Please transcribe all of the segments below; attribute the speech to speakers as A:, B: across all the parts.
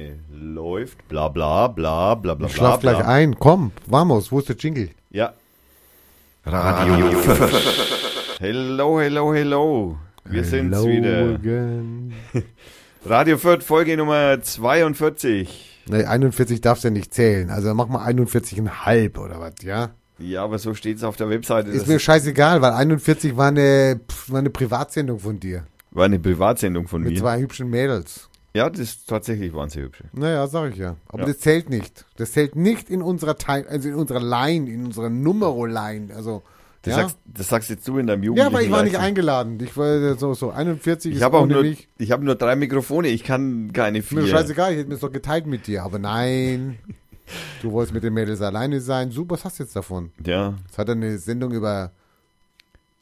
A: Äh, läuft, bla bla bla bla bla
B: Ich schlaf
A: bla,
B: gleich ein. Komm, vamos, wo ist der Jingle?
A: Ja.
C: Radio 5.
A: Hello, hello, hello. Wir sind's wieder.
B: Logan.
A: Radio Fürth, Folge Nummer 42.
B: Nee, 41 darfst du ja nicht zählen. Also mach mal 41,5 oder was, ja?
A: Ja, aber so steht's auf der Webseite.
B: Ist
A: Das
B: mir scheißegal, weil 41 war eine, pf, war eine Privatsendung von dir.
A: war eine Privatsendung von
B: Mit
A: mir.
B: zwei hübschen Mädels.
A: Ja, das tatsächlich waren sie hübsche.
B: Naja, sag ich ja. Aber
A: Ja.
B: das zählt nicht. Das zählt nicht in unserer Time, also in unserer Line, in unserer Numero-Line. Also,
A: Das,
B: ja?
A: sagst, das sagst jetzt du in deinem
B: ja,
A: Jugendlichen.
B: aber ich war nicht
A: Leichtsinn.
B: eingeladen. Ich war so, so 41
A: Ich
B: ist
A: habe auch
B: ohne
A: nur,
B: mich.
A: ich habe nur drei Mikrofone. Ich kann keine
B: Mir
A: vier.
B: scheißegal, ich hätte mir doch geteilt mit dir, aber nein. Du wolltest mit den Mädels alleine sein. Super, was hast du jetzt davon?
A: Ja,
B: Jetzt hat er eine Sendung über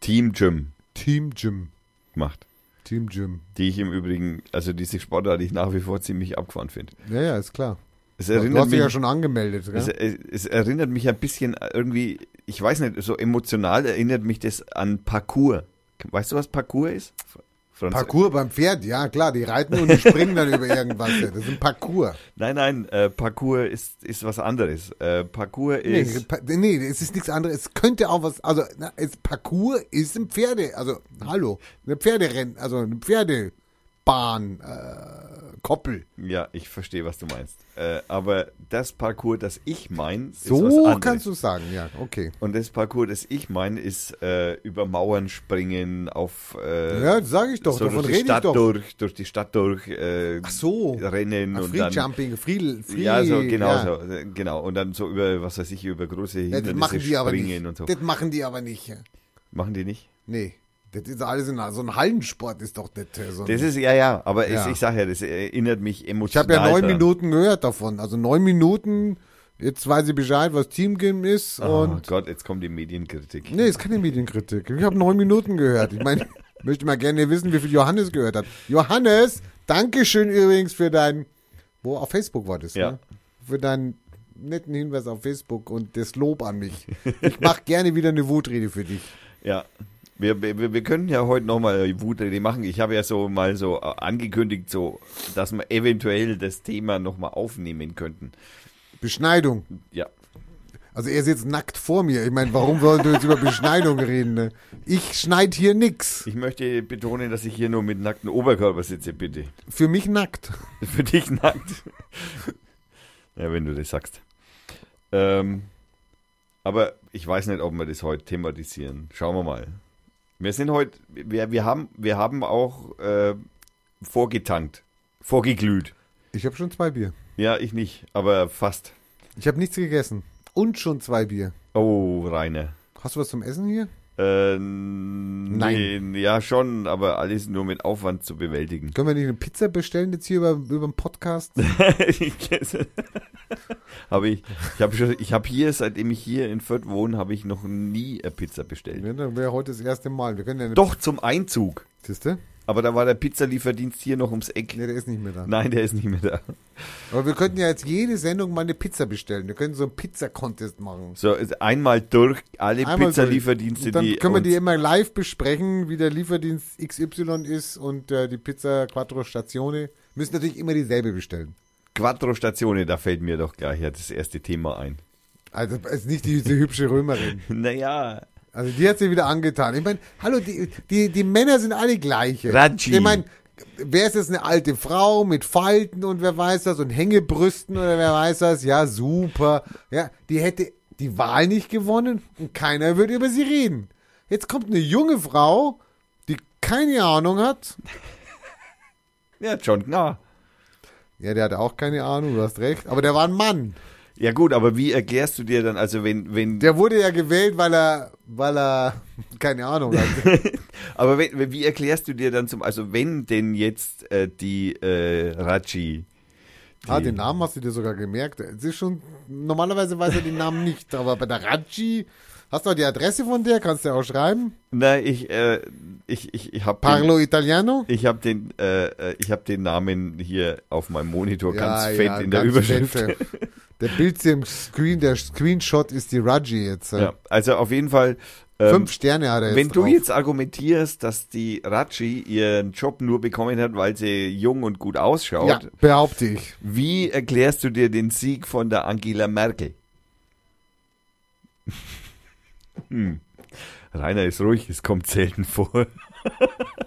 A: Team Gym
B: Team Gym.
A: gemacht,
B: Team Gym.
A: die ich im Übrigen, also diese Sportart, die ich nach wie vor ziemlich abgefahren finde.
B: Ja, ja, ist klar.
A: Es
B: Du
A: erinnert
B: hast dich
A: mich
B: ja schon angemeldet.
A: Es,
B: Gell?
A: es, es erinnert mich ein bisschen irgendwie, ich weiß nicht, so emotional erinnert mich das an Parkour. Weißt du, was Parkour ist? Fr- Franz
B: Parcours beim Pferd, ja klar. Die reiten und die springen dann über irgendwas. Das ist ein Parcours.
A: Nein, nein, äh, Parkour ist, ist was anderes. Äh, Parkour
B: Nee,
A: ist.
B: Pa- nee, es ist nichts anderes. Es könnte auch was, also na, es, Parcours ist ein Pferde, also hallo, eine Pferderennen, also eine Pferdebahn, äh, Koppel.
A: Ja, ich verstehe, was du meinst. Äh, aber das Parkour, das ich meine, ist was
B: So
A: anderes.
B: kannst du sagen, ja, okay.
A: Und das Parkour, das ich meine, ist äh, über Mauern springen, auf. Äh,
B: Ja, das sag ich doch,
A: so
B: davon
A: durch die
B: rede ich
A: Stadt
B: doch.
A: durch, durch die Stadt durch. Äh,
B: Ach so.
A: Rennen
B: Ah,
A: und
B: Free
A: dann.
B: Jumping, Free, free
A: ja, so, genau
B: ja.
A: so. äh, Genau. Und dann so über, was weiß ich, über große
B: Ja,
A: Hindernisse
B: das machen die
A: springen
B: aber nicht.
A: und so.
B: Das machen die aber nicht. ja.
A: machen die nicht?
B: Nee, das ist alles in, so ein Hallensport ist doch nicht äh, so. ein-
A: Das ist, ja, ja, aber
B: Ja.
A: Es, ich sage ja, das äh, erinnert mich
B: ich
A: emotional.
B: habe ja neun
A: daran.
B: Minuten gehört davon, also neun Minuten. Jetzt weiß ich Bescheid, was Team Game ist
A: Oh
B: und
A: Gott, jetzt kommt die Medienkritik.
B: Nee, ist keine Medienkritik. Ich habe neun Minuten gehört. Ich meine, ich möchte mal gerne wissen, wie viel Johannes gehört hat. Johannes, Dankeschön übrigens für dein, wo auf Facebook war das,
A: Ja.
B: ne? Für deinen netten Hinweis auf Facebook und das Lob an mich. Ich mache gerne wieder eine Wutrede für dich.
A: Ja. Wir, wir, wir können ja heute nochmal Wutrede machen. Ich habe ja so mal so äh, angekündigt, so, dass wir eventuell das Thema nochmal aufnehmen könnten.
B: Beschneidung.
A: Ja.
B: Also er sitzt nackt vor mir. Ich meine, warum sollen wir jetzt über Beschneidung reden? Ne? Ich schneid hier nix.
A: Ich möchte betonen, dass ich hier nur mit nacktem Oberkörper sitze, bitte.
B: Für mich nackt.
A: Für dich nackt. ja, wenn du das sagst. Ähm, aber ich weiß nicht, ob wir das heute thematisieren. Schauen wir mal. Wir sind heute, wir, wir, haben, wir haben auch äh, vorgetankt, vorgeglüht.
B: Ich habe schon zwei Bier.
A: Ja, ich nicht, aber fast.
B: Ich habe nichts gegessen. Und schon zwei Bier.
A: Oh, Rainer.
B: Hast du was zum Essen hier?
A: Ähm,
B: Nein.
A: Nee, ja, schon, aber alles nur mit Aufwand zu bewältigen.
B: Können wir nicht eine Pizza bestellen jetzt hier über, über den Podcast? Ne,
A: habe ich ich habe schon ich habe hier seitdem ich hier in Fürth wohne, habe ich noch nie eine Pizza bestellt.
B: Ja, dann wäre heute das erste Mal. Wir können ja eine
A: Doch zum Einzug,
B: Siehste?
A: aber da war der Pizzalieferdienst hier noch ums Eck.
B: Nee, der ist nicht mehr da.
A: Nein, der ist nicht mehr da.
B: Aber wir könnten ja jetzt jede Sendung mal eine Pizza bestellen. Wir können so einen Pizza-Contest machen.
A: So ist einmal durch alle
B: Einmal so-
A: Pizzalieferdienste
B: Und Dann
A: die
B: können wir die
A: uns-
B: immer live besprechen, wie der Lieferdienst XY ist und äh, die Pizza Quattro Statione. Müssen natürlich immer dieselbe bestellen.
A: Quattro Stationen, da fällt mir doch gleich ja das erste Thema ein.
B: Also ist nicht die, diese hübsche Römerin.
A: Naja,
B: Also die hat sie wieder angetan. Ich meine, hallo, die, die, die Männer sind alle gleiche.
A: Ratschi.
B: Ich meine, wer ist jetzt eine alte Frau mit Falten und wer weiß das und Hängebrüsten oder wer weiß das? Ja, super. Ja, die hätte die Wahl nicht gewonnen und keiner würde über sie reden. Jetzt kommt eine junge Frau, die keine Ahnung hat.
A: ja, John Knar.
B: Ja, der hatte auch keine Ahnung, du hast recht. Aber der war ein Mann.
A: Ja gut, aber wie erklärst du dir dann also wenn wenn
B: Der wurde ja gewählt, weil er, weil er keine Ahnung hat.
A: Aber wenn, wenn- wie erklärst du dir dann zum, also wenn denn jetzt äh, die äh, Raji,
B: Ah,
A: Die-
B: den Namen hast du dir sogar gemerkt. Es ist schon, normalerweise weiß er den Namen nicht, aber bei der Raji, hast du auch die Adresse von der, kannst du ja auch schreiben.
A: na ich äh, ich ich ich habe den,
B: Parlo Italiano.
A: ich habe den äh, äh, ich habe den Namen hier auf meinem Monitor ganz
B: Ja,
A: fett
B: ja,
A: in der
B: ganz
A: Überschrift.
B: fette. Der Bildschirm-Screen, der Screenshot ist die Raji jetzt.
A: Ja, also auf jeden Fall. ähm,
B: Fünf Sterne hat er jetzt.
A: Wenn du
B: drauf.
A: jetzt argumentierst, dass die Raji ihren Job nur bekommen hat, weil sie jung und gut ausschaut,
B: Ja, behaupte ich.
A: wie erklärst du dir den Sieg von der Angela Merkel? Hm. Rainer ist ruhig, es kommt selten vor.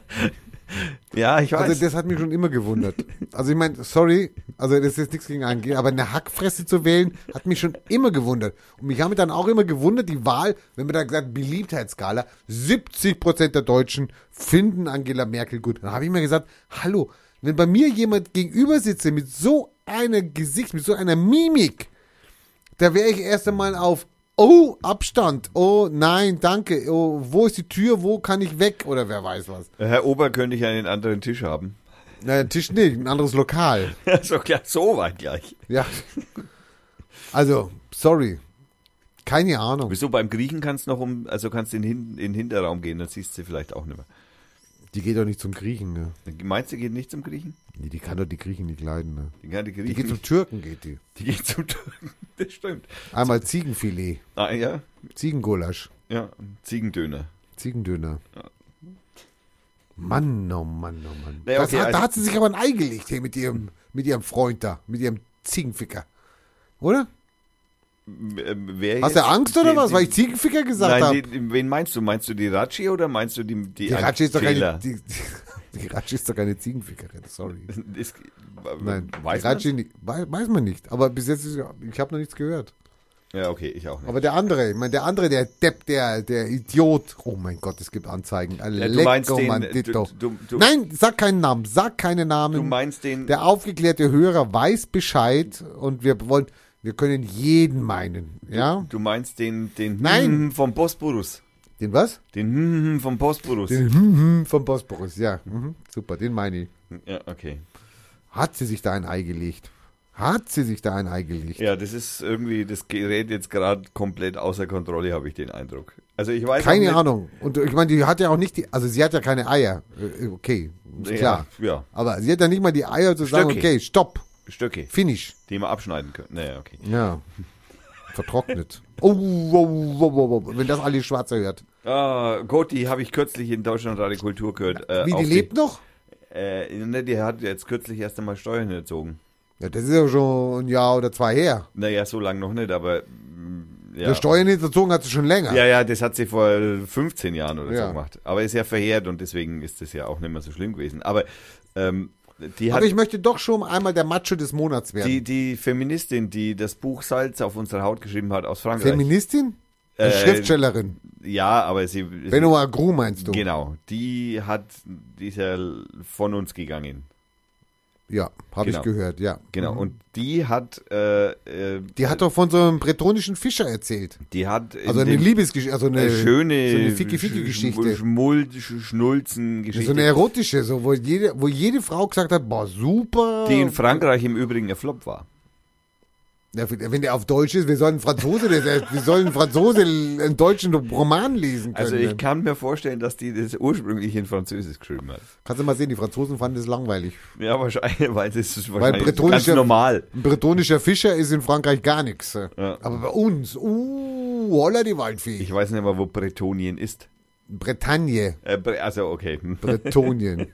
A: ja, ich weiß.
B: Also das hat mich schon immer gewundert. Also ich meine, sorry, also das ist jetzt nichts gegen angehen, aber eine Hackfresse zu wählen, hat mich schon immer gewundert. Und mich haben dann auch immer gewundert, die Wahl, wenn man da gesagt Beliebtheitsskala, 70% der Deutschen finden Angela Merkel gut. Dann habe ich mir gesagt, hallo, wenn bei mir jemand gegenüber sitze mit so einer Gesicht, mit so einer Mimik, da wäre ich erst einmal auf Oh, Abstand. Oh, nein, danke. Oh, wo ist die Tür? Wo kann ich weg? Oder wer weiß was.
A: Herr Ober, könnte ich einen anderen Tisch haben?
B: Naja, Tisch nicht, ein anderes Lokal.
A: so, klar, so weit Also gleich.
B: Ja. Also, sorry. Keine Ahnung.
A: Wieso, beim Griechen kannst du noch um, also kannst in, Hin- in den Hinterraum gehen, dann siehst du sie vielleicht auch nicht mehr.
B: Die geht doch nicht zum Griechen, ne?
A: Meinst du, geht nicht zum Griechen?
B: Nee, die kann doch die Griechen nicht leiden, ne?
A: Die, kann die,
B: Die
A: Griechen,
B: geht zum Türken, geht die.
A: die geht zum Türken. Das stimmt.
B: Einmal Ziegenfilet,
A: Ah, ja,
B: Ziegengulasch,
A: ja, Ziegendöner.
B: Ziegendöner. Mann, oh Mann, oh Mann.
A: Nee,
B: das
A: okay,
B: hat,
A: also-
B: da hat sie sich aber ein Ei gelegt hier mit ihrem, mit ihrem Freund da, mit ihrem Ziegenficker. Oder?
A: Ähm, Wer
B: Hast
A: jetzt-
B: du Angst oder
A: die-
B: was?
A: die-
B: Weil ich Ziegenficker gesagt habe.
A: Nein, die, wen meinst du? Meinst du die Ratschi oder meinst du die
B: Die Ratsche ist doch
A: Angela?
B: keine, die, die, die Ratsche ist doch keine Ziegenfickerin, sorry.
A: Ist,
B: Nein,
A: weiß
B: die Ratsche nicht, weiß, weiß man nicht. Aber bis jetzt, ist, ja- ich habe noch nichts gehört.
A: man? Ja, okay, ich auch nicht.
B: Aber der andere, ich meine, der andere, der Depp, der, der Idiot. Oh mein Gott, es gibt Anzeigen. Äh,
A: Ja, du meinst den, äh,
B: Mandito.
A: du- du- du-
B: Nein, sag keinen Namen, sag keine Namen.
A: du meinst den,
B: der aufgeklärte Hörer weiß Bescheid und wir wollen, wir können jeden meinen. Ja?
A: du meinst den, den
B: Nein.
A: Hm vom Bosporus.
B: Den was?
A: Den Hm vom Bosporus.
B: Den hm, hm vom Bosporus, ja. Mhm, super, den meine ich.
A: ja, okay.
B: Hat sie sich da ein Ei gelegt? Hat sie sich da ein Ei gelegt?
A: Ja, das ist irgendwie, das Gerät jetzt gerade komplett außer Kontrolle, habe ich den Eindruck. Also ich weiß
B: Keine
A: auch nicht,
B: Ahnung. Und äh, ich meine, die hat ja auch nicht die, also sie hat ja keine Eier. Äh, Okay, ist klar.
A: Ja, ja,
B: Aber sie hat ja nicht mal die Eier zu sagen,
A: Stöcki.
B: okay, stopp,
A: Stöcke,
B: finish.
A: die wir abschneiden können. Naja, okay.
B: Ja. Vertrocknet. Oh, oh, oh, oh, oh, wenn das alle Schwarze hört.
A: Ah, Goti habe ich kürzlich in Deutschland Radio Kultur gehört. Äh,
B: Wie,
A: auf
B: die lebt noch?
A: Äh, ne, die hat jetzt kürzlich erst einmal Steuern erzogen.
B: Ja, das ist ja schon ein Jahr oder zwei her.
A: Naja, so lange noch nicht, aber mm, ja.
B: Der Steuern hinterzogen hat sie schon länger.
A: ja, ja, das hat sie vor 15 Jahren oder so
B: Ja.
A: gemacht. Aber ist ja verheert und deswegen ist das ja auch nicht mehr so schlimm gewesen. Aber ähm, die hat
B: Aber ich möchte doch schon einmal der Macho des Monats werden.
A: die, die Feministin, die das Buch Salz auf unsere Haut geschrieben hat aus Frankreich.
B: Feministin?
A: Äh,
B: Eine Schriftstellerin.
A: ja, aber sie,
B: Benno Agru meinst du?
A: genau, die hat dieser von uns gegangen.
B: Ja, habe
A: Genau.
B: ich gehört, ja.
A: Genau. Und die hat, äh, äh,
B: Die hat doch von so einem bretonischen Fischer erzählt.
A: die hat in
B: Also eine
A: dem-
B: Liebesgeschichte, also eine,
A: eine schöne
B: so eine Ficki-Ficki-Geschichte.
A: Schmulzen-Geschichte.
B: So eine erotische, so, wo, jede, wo jede Frau gesagt hat, boah, super.
A: die in Frankreich im Übrigen ein Flop war.
B: ja, wenn wenn der auf Deutsch ist, wir sollen Franzose, das, wir sollen Franzose einen deutschen Roman lesen können.
A: Also ich kann mir vorstellen, dass die das ursprünglich in Französisch geschrieben hat.
B: Kannst du mal sehen, die Franzosen fanden das langweilig.
A: Ja, wahrscheinlich, weil das ist wahrscheinlich ganz
B: bretonischer-
A: normal.
B: Ein bretonischer Fischer ist in Frankreich gar nichts.
A: Ja.
B: Aber bei uns, uh, holla die Waldfee.
A: Ich weiß nicht mal, wo Bretonien ist.
B: Bretagne.
A: Äh, Bre- also okay. hm.
B: Bretonien.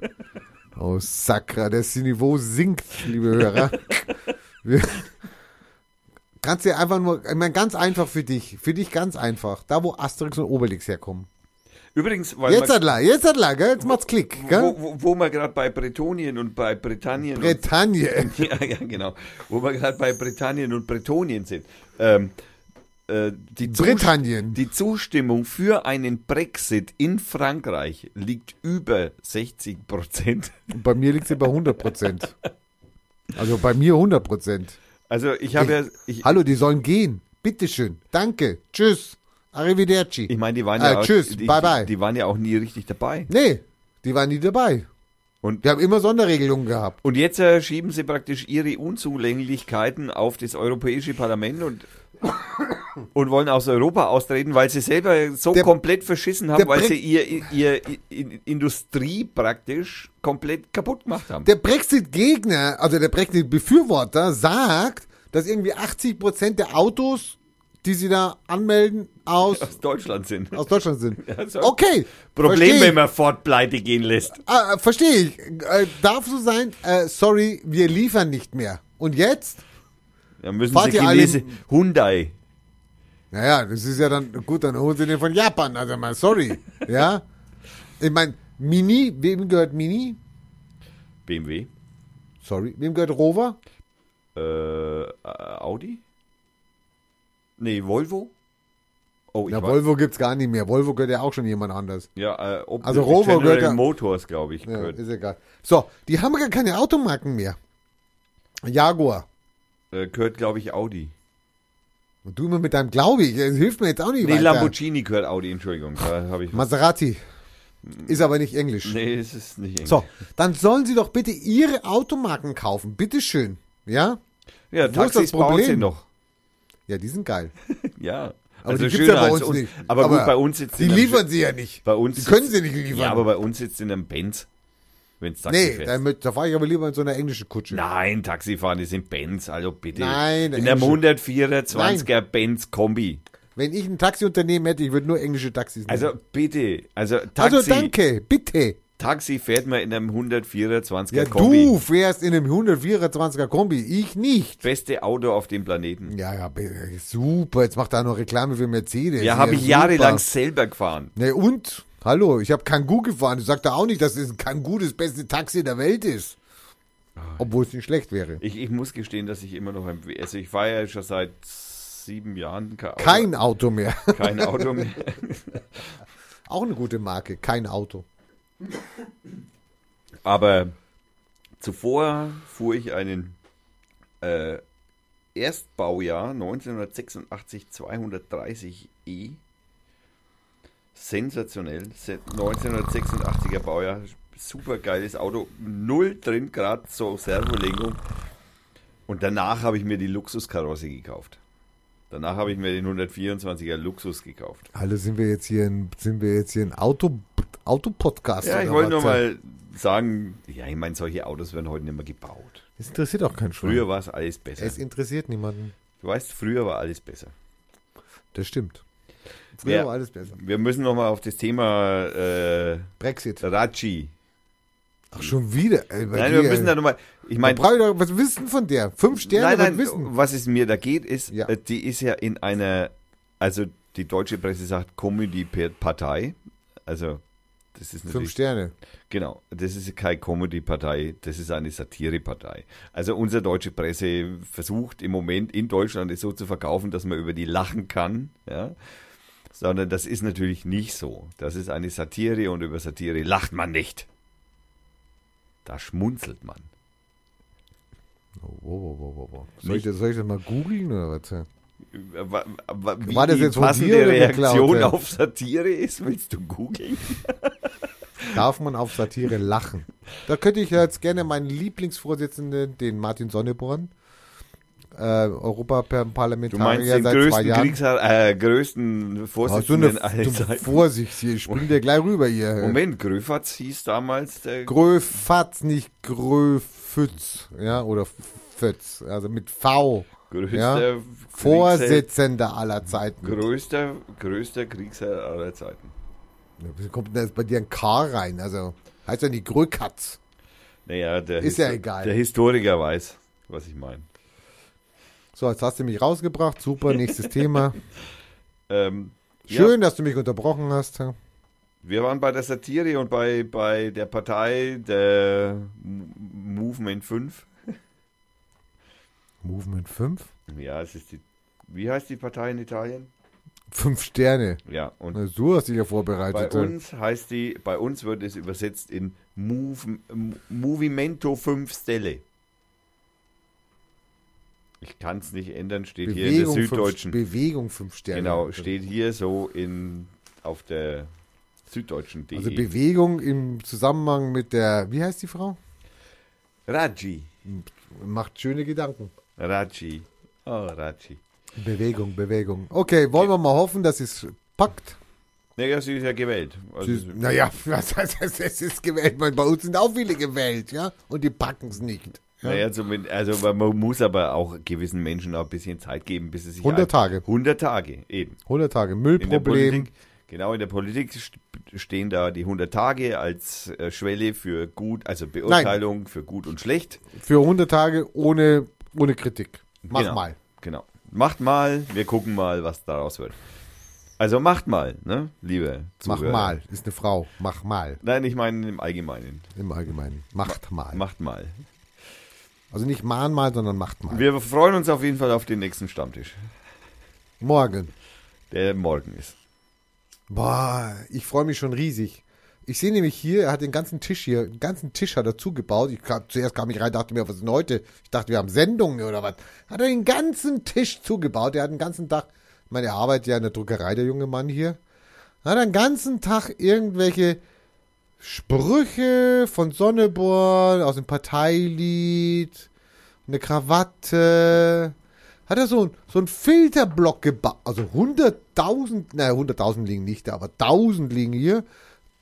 B: Oh, Sakra, das Niveau sinkt, liebe Hörer. Wir, kannst dir einfach nur, ich meine, ganz einfach für dich, für dich ganz einfach, da wo Asterix und Obelix herkommen.
A: Übrigens, weil
B: Jetzt
A: man,
B: hat la, jetzt hat la, gell? Jetzt macht's Klick, gell?
A: wo, wo, wo wir gerade bei Bretonien und bei Britannien und
B: Bretagne.
A: Ja, ja, genau. Wo wir gerade bei Britannien und Bretonien sind. Ähm, äh, die, Zus-
B: Britannien.
A: die Zustimmung für einen Brexit in Frankreich liegt über 60 Prozent.
B: Und bei mir liegt sie bei 100 Prozent. Also bei mir 100 Prozent.
A: Also ich habe ja, ich,
B: Hallo, die sollen gehen. Bitteschön. Danke. Tschüss. Arrivederci.
A: ich meine, die waren
B: Äh,
A: ja auch,
B: tschüss,
A: die,
B: bye, bye.
A: die waren ja auch nie richtig dabei.
B: nee, die waren nie dabei.
A: Und-
B: die haben immer Sonderregelungen gehabt.
A: Und jetzt äh, schieben sie praktisch ihre Unzulänglichkeiten auf das Europäische Parlament und und wollen aus Europa austreten, weil sie selber so
B: Der-
A: komplett verschissen haben,
B: der
A: weil
B: Bre-
A: sie ihr, ihr, ihr Industrie praktisch komplett kaputt gemacht haben.
B: Der Brexit-Gegner, also der Brexit-Befürworter, sagt, dass irgendwie 80 Prozent der Autos, die sie da anmelden, aus,
A: Aus Deutschland sind.
B: aus Deutschland sind.
A: Also,
B: Okay. versteh
A: Problem,
B: ich.
A: wenn man Ford pleite gehen lässt.
B: Ah, äh, verstehe ich. Äh, darf so sein, äh, sorry, wir liefern nicht mehr. Und jetzt?
A: Da müssen
B: Fahrt
A: sie
B: ihr alle-
A: Chinesen. Hyundai.
B: Naja, das ist ja dann, gut, dann holen sie den von Japan, also mal sorry. Ja? Ich meine, Mini, wem gehört Mini?
A: BMW.
B: Sorry, wem gehört Rover?
A: Äh, äh, Audi? Nee, Volvo? Oh, ich
B: Ja,
A: ja,
B: Volvo gibt's gar nicht mehr. Volvo gehört ja auch schon jemand anders.
A: ja äh, ob
B: Also
A: die
B: Rover
A: General
B: gehört ja-
A: Motors, glaube ich.
B: Ja,
A: gehört.
B: ist egal. So, die haben gar keine Automarken mehr. Jaguar.
A: Äh, gehört, glaube ich, Audi.
B: Und du immer mit deinem Glaube ich, das hilft mir jetzt auch nicht
A: Nee,
B: weiter.
A: Lamborghini gehört Audi, Entschuldigung. Da habe ich.
B: Maserati. Ist aber nicht Englisch.
A: Nee, es ist nicht eng.
B: So, dann sollen sie doch bitte ihre Automarken kaufen. Bitteschön. Ja?
A: ja,
B: wo ist
A: Taxis
B: das
A: bauen sie
B: Problem?
A: noch.
B: Ja, die sind geil.
A: Ja. also
B: Aber die gibt's ja bei
A: als
B: uns
A: uns-
B: nicht.
A: Aber,
B: Aber
A: gut, bei uns sitzt
B: Die
A: in einem-
B: liefern sie ja nicht.
A: Bei uns
B: Die
A: sitzt-
B: können sie nicht liefern.
A: Ja, aber bei uns sitzt in einem Benz. Wenn's Taxi
B: nee,
A: fährt.
B: damit, da fahre ich aber lieber in so einer englischen Kutsche.
A: Nein, Taxifahren ist in Benz, also bitte.
B: Nein,
A: in einem
B: Englische.
A: 104er, 20er Benz Kombi.
B: Wenn ich ein Taxiunternehmen hätte, ich würde nur englische Taxis nehmen.
A: Also bitte, also Taxi,
B: also danke, bitte.
A: Taxi fährt man in einem 104er, 20er
B: Ja,
A: Kombi.
B: du fährst in einem 124er Kombi, ich nicht.
A: Beste Auto auf dem Planeten.
B: Ja, ja, be- äh, super. Jetzt macht er noch Reklame für Mercedes.
A: Ja, habe ich
B: super.
A: jahrelang selber gefahren.
B: Ne, und? Hallo, ich habe Kangoo gefahren. Du sagst da auch nicht, dass es ein Kangoo das beste Taxi der Welt ist. Obwohl es nicht schlecht wäre.
A: Ich, ich muss gestehen, dass ich immer noch ein, also ich fahre ja schon seit sieben Jahren kein Auto,
B: Kein Auto mehr.
A: kein Auto mehr.
B: auch eine gute Marke, kein Auto.
A: Aber zuvor fuhr ich einen äh, Erstbaujahr 1986 230e. Sensationell. Se- 1986er Baujahr. Super geiles Auto. Null drin, gerade so Servolenkung. Und danach habe ich mir die Luxuskarosse gekauft. Danach habe ich mir den 124er Luxus gekauft.
B: Alle sind wir jetzt hier in, sind wir jetzt hier ein Auto, Autopodcast.
A: Ja, ich halt
B: oder
A: wollte nur
B: was?
A: mal sagen, ja, ich meine, solche Autos werden heute nicht mehr gebaut.
B: Es interessiert auch keinen Schwein.
A: Früher war es alles besser.
B: Es interessiert niemanden.
A: Du weißt, früher war alles besser.
B: Das stimmt. Früher
A: Ja.
B: war alles besser.
A: Wir müssen nochmal auf das Thema äh,
B: Brexit.
A: Raji.
B: Ach, schon wieder. Ey, bei
A: Nein,
B: dir,
A: wir müssen
B: ey.
A: da nochmal. Ich
B: Da
A: meine,
B: brauch ich doch was wissen von der. Fünf Sterne,
A: nein, nein,
B: was wissen.
A: was es mir da geht, ist,
B: Ja.
A: äh, die ist ja in einer, also die deutsche Presse sagt Comedy-Partei. Also, das ist
B: Fünf
A: natürlich.
B: Sterne.
A: Genau, das ist keine Comedy-Partei, das ist eine Satire-Partei. Also unsere deutsche Presse versucht im Moment in Deutschland es so zu verkaufen, dass man über die lachen kann, ja. Sondern das ist natürlich nicht so. Das ist eine Satire und über Satire lacht man nicht. Da schmunzelt man.
B: Oh, wow, wow, wow, wow, wow. Soll, ich das, soll ich das mal googeln oder was?
A: Wa- wa- Wie
B: War das
A: die
B: jetzt von
A: passende
B: dir oder
A: Reaktion
B: geklaut, ja?
A: auf Satire ist, willst du googeln?
B: Darf man auf Satire lachen? Da könnte ich jetzt gerne meinen Lieblingsvorsitzenden, den Martin Sonneborn,
A: Du
B: äh,
A: meinst
B: Europaparlamentarier
A: den
B: seit zwei
A: größten,
B: Jahren.
A: Kriegsher äh, größten
B: Hast du
A: Vorsitzenden
B: eine
A: aller
B: du,
A: Zeiten.
B: Vorsicht, hier spielt der gleich rüber hier.
A: Moment, Gröfatz hieß damals der
B: Gröfatz, nicht Gröfütz, ja, oder Fötz, also mit V.
A: größte,
B: ja.
A: Kriegsherr-
B: Vorsitzender aller Zeiten.
A: größter, größter Kriegsherr aller Zeiten.
B: Ja, Wieso kommt denn da jetzt bei dir ein K rein? Also heißt ja nicht Grökatz.
A: Naja, der
B: Ist ja egal.
A: Der Historiker weiß, was ich meine.
B: So, jetzt hast du mich rausgebracht. Super, nächstes Thema.
A: Ähm,
B: Schön, dass du mich unterbrochen hast.
A: wir waren bei der Satire und bei, bei der Partei der M- Movement 5.
B: Movement 5?
A: Ja, es ist die. Wie heißt die Partei in Italien?
B: Fünf Sterne.
A: Ja, und
B: Na, so hast du dich ja
A: bei
B: vorbereitet.
A: uns heißt die, bei uns wird es übersetzt in Move, M- Movimento 5 Stelle. Ich kann es nicht ändern, steht hier in der
B: fünf-
A: Süddeutschen.
B: Bewegung fünf Sterne.
A: Genau, steht hier so in auf der süddeutschen
B: Also
A: DE.
B: Bewegung im Zusammenhang mit der, wie heißt die Frau?
A: Raji.
B: Macht schöne Gedanken.
A: Raji. Oh, Raji.
B: Bewegung, Bewegung. Okay, wollen wir mal hoffen, dass sie es packt.
A: Naja, sie ist ja gewählt. Also,
B: Sie ist, naja, was heißt das? Es ist gewählt. Man, bei uns sind auch viele gewählt, ja? Und die packen es nicht. Ja?
A: Naja, zumindest, also man muss aber auch gewissen Menschen auch ein bisschen Zeit geben, bis es sich.
B: 100 Tage.
A: 100 Tage, eben.
B: 100 Tage.
A: In der
B: Müllproblem.
A: Politik, genau, in der Politik st- stehen da die 100 Tage als äh, Schwelle für gut, also Beurteilung für gut und schlecht.
B: Für 100 Tage ohne, ohne Kritik. Mach
A: Genau.
B: mal.
A: Genau. Macht mal, wir gucken mal, was daraus wird. Also macht mal, ne, liebe
B: Mach
A: Zuhörer.
B: mal. Ist eine Frau. Mach mal.
A: Nein, ich meine im Allgemeinen.
B: Im Allgemeinen. Macht mal.
A: Macht mal.
B: Also nicht mahn mal, sondern macht mal.
A: Wir freuen uns auf jeden Fall auf den nächsten Stammtisch,
B: Morgen.
A: der morgen ist.
B: Boah, ich freue mich schon riesig. Ich sehe nämlich hier, er hat den ganzen Tisch hier, den ganzen Tisch hat er zugebaut. Ich kam, zuerst kam ich rein, dachte mir, was ist denn heute? Ich dachte, wir haben Sendungen oder was. Hat er den ganzen Tisch zugebaut. Er hat den ganzen Tag, ich meine, er arbeitet ja in der Druckerei, der junge Mann hier. Hat er den ganzen Tag irgendwelche Sprüche von Sonneborn aus dem Parteilied, eine Krawatte. Hat er so, ein- so einen Filterblock gebaut. Also 100.000, naja, 100.000 liegen nicht da, aber 1.000 liegen hier.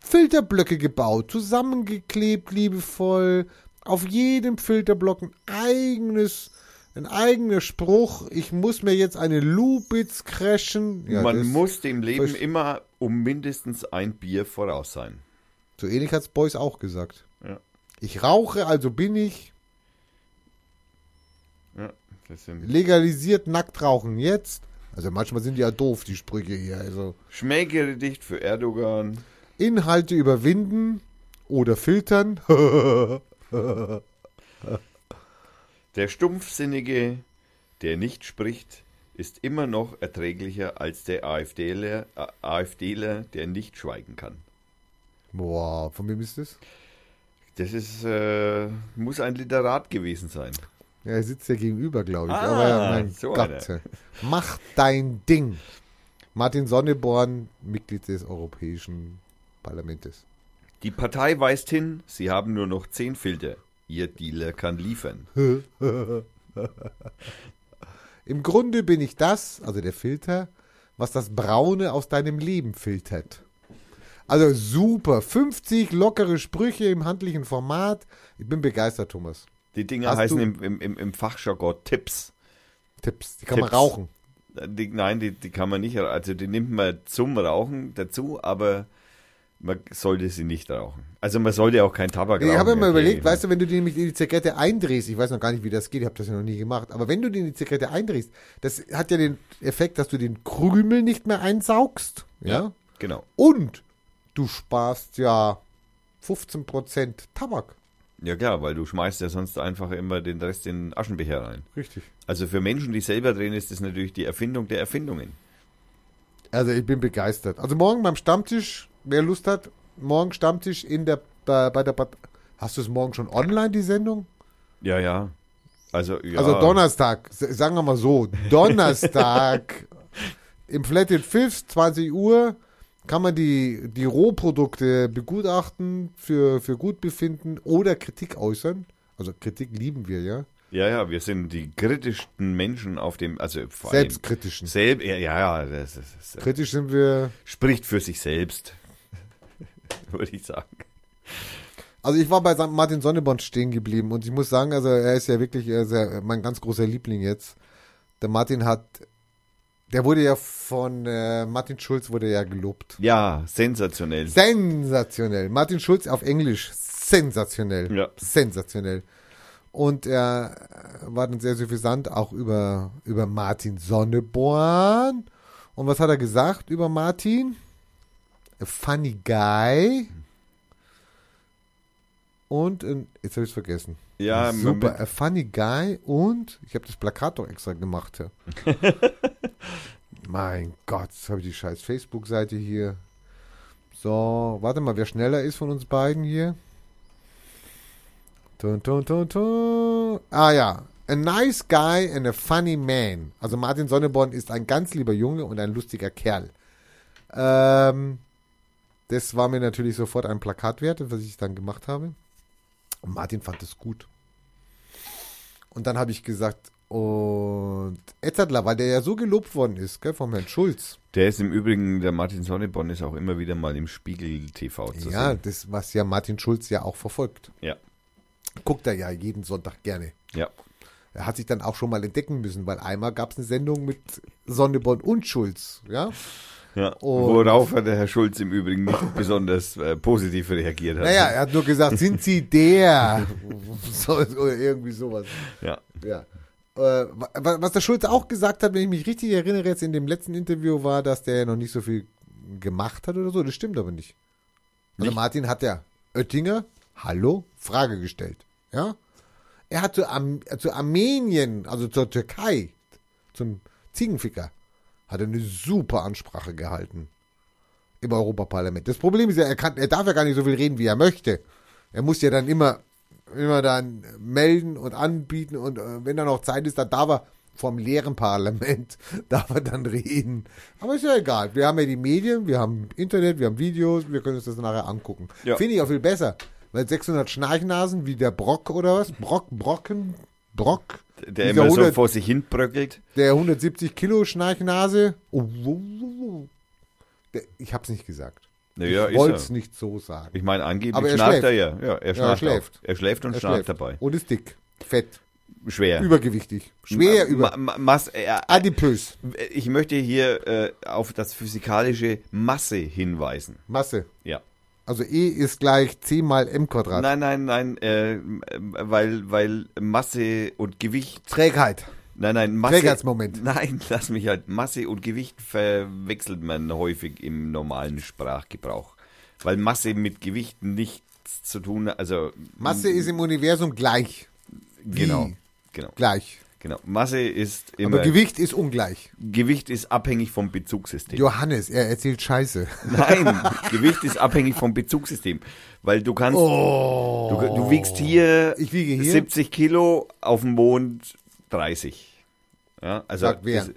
B: Filterblöcke gebaut, zusammengeklebt, liebevoll. Auf jedem Filterblock ein eigenes, ein eigener Spruch. Ich muss mir jetzt eine Lubitz crashen. Ja,
A: Man
B: das-
A: muss dem Leben
B: Verst-
A: immer um mindestens ein Bier voraus sein.
B: So ähnlich hat's Boys auch gesagt.
A: Ja.
B: Ich rauche, also bin ich.
A: Ja, das sind
B: Legalisiert nackt rauchen jetzt. Also manchmal sind die ja doof, die Sprüche hier. Also
A: Schmähgericht für Erdogan.
B: Inhalte überwinden oder filtern.
A: Der Stumpfsinnige, der nicht spricht, ist immer noch erträglicher als der AfDler, äh, AfDler der nicht schweigen kann.
B: Boah, von wem ist das?
A: Das ist, äh, muss ein Literat gewesen sein.
B: Ja, er sitzt ja gegenüber, glaube ich.
A: Ah,
B: Aber ja, mein
A: so
B: Gott. Mach dein Ding. Martin Sonneborn, Mitglied des Europäischen Parlaments.
A: Die Partei weist hin, sie haben nur noch zehn Filter. Ihr Dealer kann liefern.
B: Im Grunde bin ich das, also der Filter, was das Braune aus deinem Leben filtert. Also super, 50 lockere Sprüche im handlichen Format. Ich bin begeistert, Thomas.
A: Die Dinger
B: Hast
A: heißen
B: du-
A: im, im, im, im Fachjargon Tipps.
B: Tipps, die kann man
A: Tipps.
B: rauchen.
A: Die, nein, die, die kann man nicht, rauchen. also die nimmt man zum Rauchen dazu, aber man sollte sie nicht rauchen. Also man sollte auch keinen Tabak rauchen.
B: Ich habe mir mal
A: okay.
B: überlegt, weißt du, wenn du die nämlich in die Zigarette eindrehst, ich weiß noch gar nicht, wie das geht, ich habe das ja noch nie gemacht, aber wenn du die in die Zigarette eindrehst, das hat ja den Effekt, dass du den Krümel nicht mehr einsaugst. ja?
A: Ja, genau.
B: Und du sparst ja 15% Tabak.
A: Ja klar, weil du schmeißt ja sonst einfach immer den Rest in den Aschenbecher rein.
B: Richtig.
A: Also für Menschen, die selber drehen, ist das natürlich die Erfindung der Erfindungen.
B: Also ich bin begeistert. Also morgen beim Stammtisch, wer Lust hat, morgen Stammtisch in der bei, bei der Part Hast du es morgen schon online, die Sendung?
A: Ja, ja. Also, ja.
B: Also Donnerstag, s- sagen wir mal so, Donnerstag im Flatted Fifth, 20 Uhr, kann man die, die Rohprodukte begutachten, für, für gut befinden oder Kritik äußern. Also Kritik lieben wir, ja.
A: Ja, ja, wir sind die kritischsten Menschen auf dem, also vor allem.
B: Selbstkritischen.
A: Selb, ja, ja, ja, das, ist- das, das
B: Kritisch sind wir
A: spricht für sich selbst, würde ich sagen.
B: Also ich war bei St. Martin Sonneborn stehen geblieben und ich muss sagen, also er ist ja wirklich er ist ja mein ganz großer Liebling jetzt. Der Martin hat, der wurde ja von äh, Martin Schulz wurde ja gelobt.
A: Ja, sensationell.
B: Sensationell. Martin Schulz auf Englisch. Sensationell.
A: Ja.
B: Sensationell. Und er äh, war dann sehr suffisant auch über, über Martin Sonneborn. Und was hat er gesagt über Martin? A funny guy. Und, ein- jetzt habe ich es vergessen.
A: Ja,
B: Super,
A: Moment.
B: a funny guy und ich habe das Plakat doch extra gemacht. ja. mein Gott, jetzt habe ich die scheiß Facebook-Seite hier. So, warte mal, wer schneller ist von uns beiden hier? Tun, tun, tun, tun. Ah ja, a nice guy and a funny man. Also Martin Sonneborn ist ein ganz lieber Junge und ein lustiger Kerl. Ähm, das war mir natürlich sofort ein Plakat wert, was ich dann gemacht habe. Und Martin fand es gut. Und dann habe ich gesagt, und Etzadler, weil der ja so gelobt worden ist, gell, vom Herrn Schulz.
A: Der ist im Übrigen, der Martin Sonneborn ist auch immer wieder mal im Spiegel TV zu
B: ja,
A: sehen.
B: das, was ja Martin Schulz ja auch verfolgt.
A: Ja.
B: Guckt er ja jeden Sonntag gerne.
A: Ja.
B: Er hat sich dann auch schon mal entdecken müssen, weil einmal gab es eine Sendung mit Sonneborn und Schulz, ja?
A: ja.
B: Und-
A: Worauf hat der Herr Schulz im Übrigen nicht besonders äh, positiv reagiert. Hat.
B: Naja, er hat nur gesagt, sind Sie der? so, oder irgendwie sowas.
A: Ja.
B: Ja. Äh, wa- wa- was der Schulz auch gesagt hat, wenn ich mich richtig erinnere, jetzt in dem letzten Interview war, dass der noch nicht so viel gemacht hat oder so. Das stimmt aber nicht. Also
A: Nicht?
B: Martin hat ja Oettinger, hallo, Frage gestellt. Ja? Er hat zu, Arm zu Armenien, also zur Türkei, zum Ziegenficker, hat er eine super Ansprache gehalten im Europaparlament. Das Problem ist ja, er, kann, er darf ja gar nicht so viel reden, wie er möchte. Er muss ja dann immer, immer dann melden und anbieten und äh, wenn dann noch Zeit ist, dann darf er vom leeren Parlament, darf er dann reden. Aber ist ja egal. Wir haben ja die Medien, wir haben Internet, wir haben Videos, wir können uns das nachher angucken.
A: Ja.
B: Finde ich auch viel besser. Weil 600 Schnarchnasen wie der Brock oder was? Brock, Brocken, Brock.
A: Der
B: Dieser
A: immer so
B: 100
A: vor sich hin bröckelt.
B: der 170 Kilo Schnarchnase. Oh, oh, oh, oh. Der, ich hab's nicht gesagt.
A: Naja,
B: ich wollt's
A: ist er.
B: nicht so sagen.
A: Ich meine, angeblich
B: Aber er
A: schnarcht
B: schläft.
A: er ja. Ja, er schnarcht. auch.
B: schläft.
A: er schläft und
B: Er
A: schnarcht
B: schläft.
A: dabei.
B: Und ist dick, fett,
A: Schwer.
B: übergewichtig, schwer über,
A: Ma- ma- Mas äh,
B: adipös,
A: ich möchte hier äh, auf das physikalische Masse hinweisen.
B: Masse.
A: Ja.
B: Also E ist gleich C mal M Quadrat.
A: Nein, nein, nein, äh, weil, weil Masse und Gewicht.
B: Trägheit.
A: Nein, nein, Masse.
B: Trägheitsmoment.
A: Nein, lass mich halt. Masse und Gewicht verwechselt man häufig im normalen Sprachgebrauch. Weil Masse mit Gewicht nichts zu tun hat. Also,
B: Masse ist im Universum gleich,
A: genau.
B: wie?
A: Genau,
B: gleich.
A: genau. Masse ist immer.
B: Aber Gewicht ist ungleich.
A: Gewicht ist abhängig vom Bezugssystem.
B: Johannes, er erzählt Scheiße.
A: Nein, Gewicht ist abhängig vom Bezugssystem. Weil du kannst. Du, du wiegst hier,
B: Oh. Ich wiege hier?
A: 70 Kilo, auf dem Mond 30. Ja, also.
B: Sagt wer?
A: das-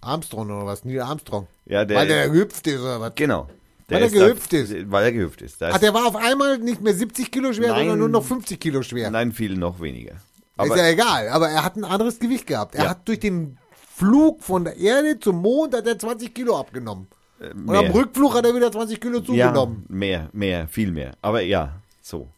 B: Armstrong oder was? Neil Armstrong.
A: Ja, der-
B: Weil der gehüpft ist oder was?
A: Genau.
B: Weil er
A: da-
B: gehüpft ist.
A: Weil er gehüpft ist. Da
B: Ach, Ah, der war auf einmal nicht mehr 70 Kilo schwer,
A: Nein.
B: sondern nur noch 50 Kilo schwer.
A: Nein, viel noch weniger.
B: ist ja
A: Aber
B: egal, aber er hat ein anderes Gewicht gehabt. Er
A: Ja.
B: hat durch den Flug von der Erde zum Mond hat er 20 Kilo abgenommen. Und
A: Äh, mehr.
B: am Rückflug hat er wieder 20 Kilo
A: ja,
B: zugenommen.
A: mehr, mehr, viel mehr. Aber ja, so.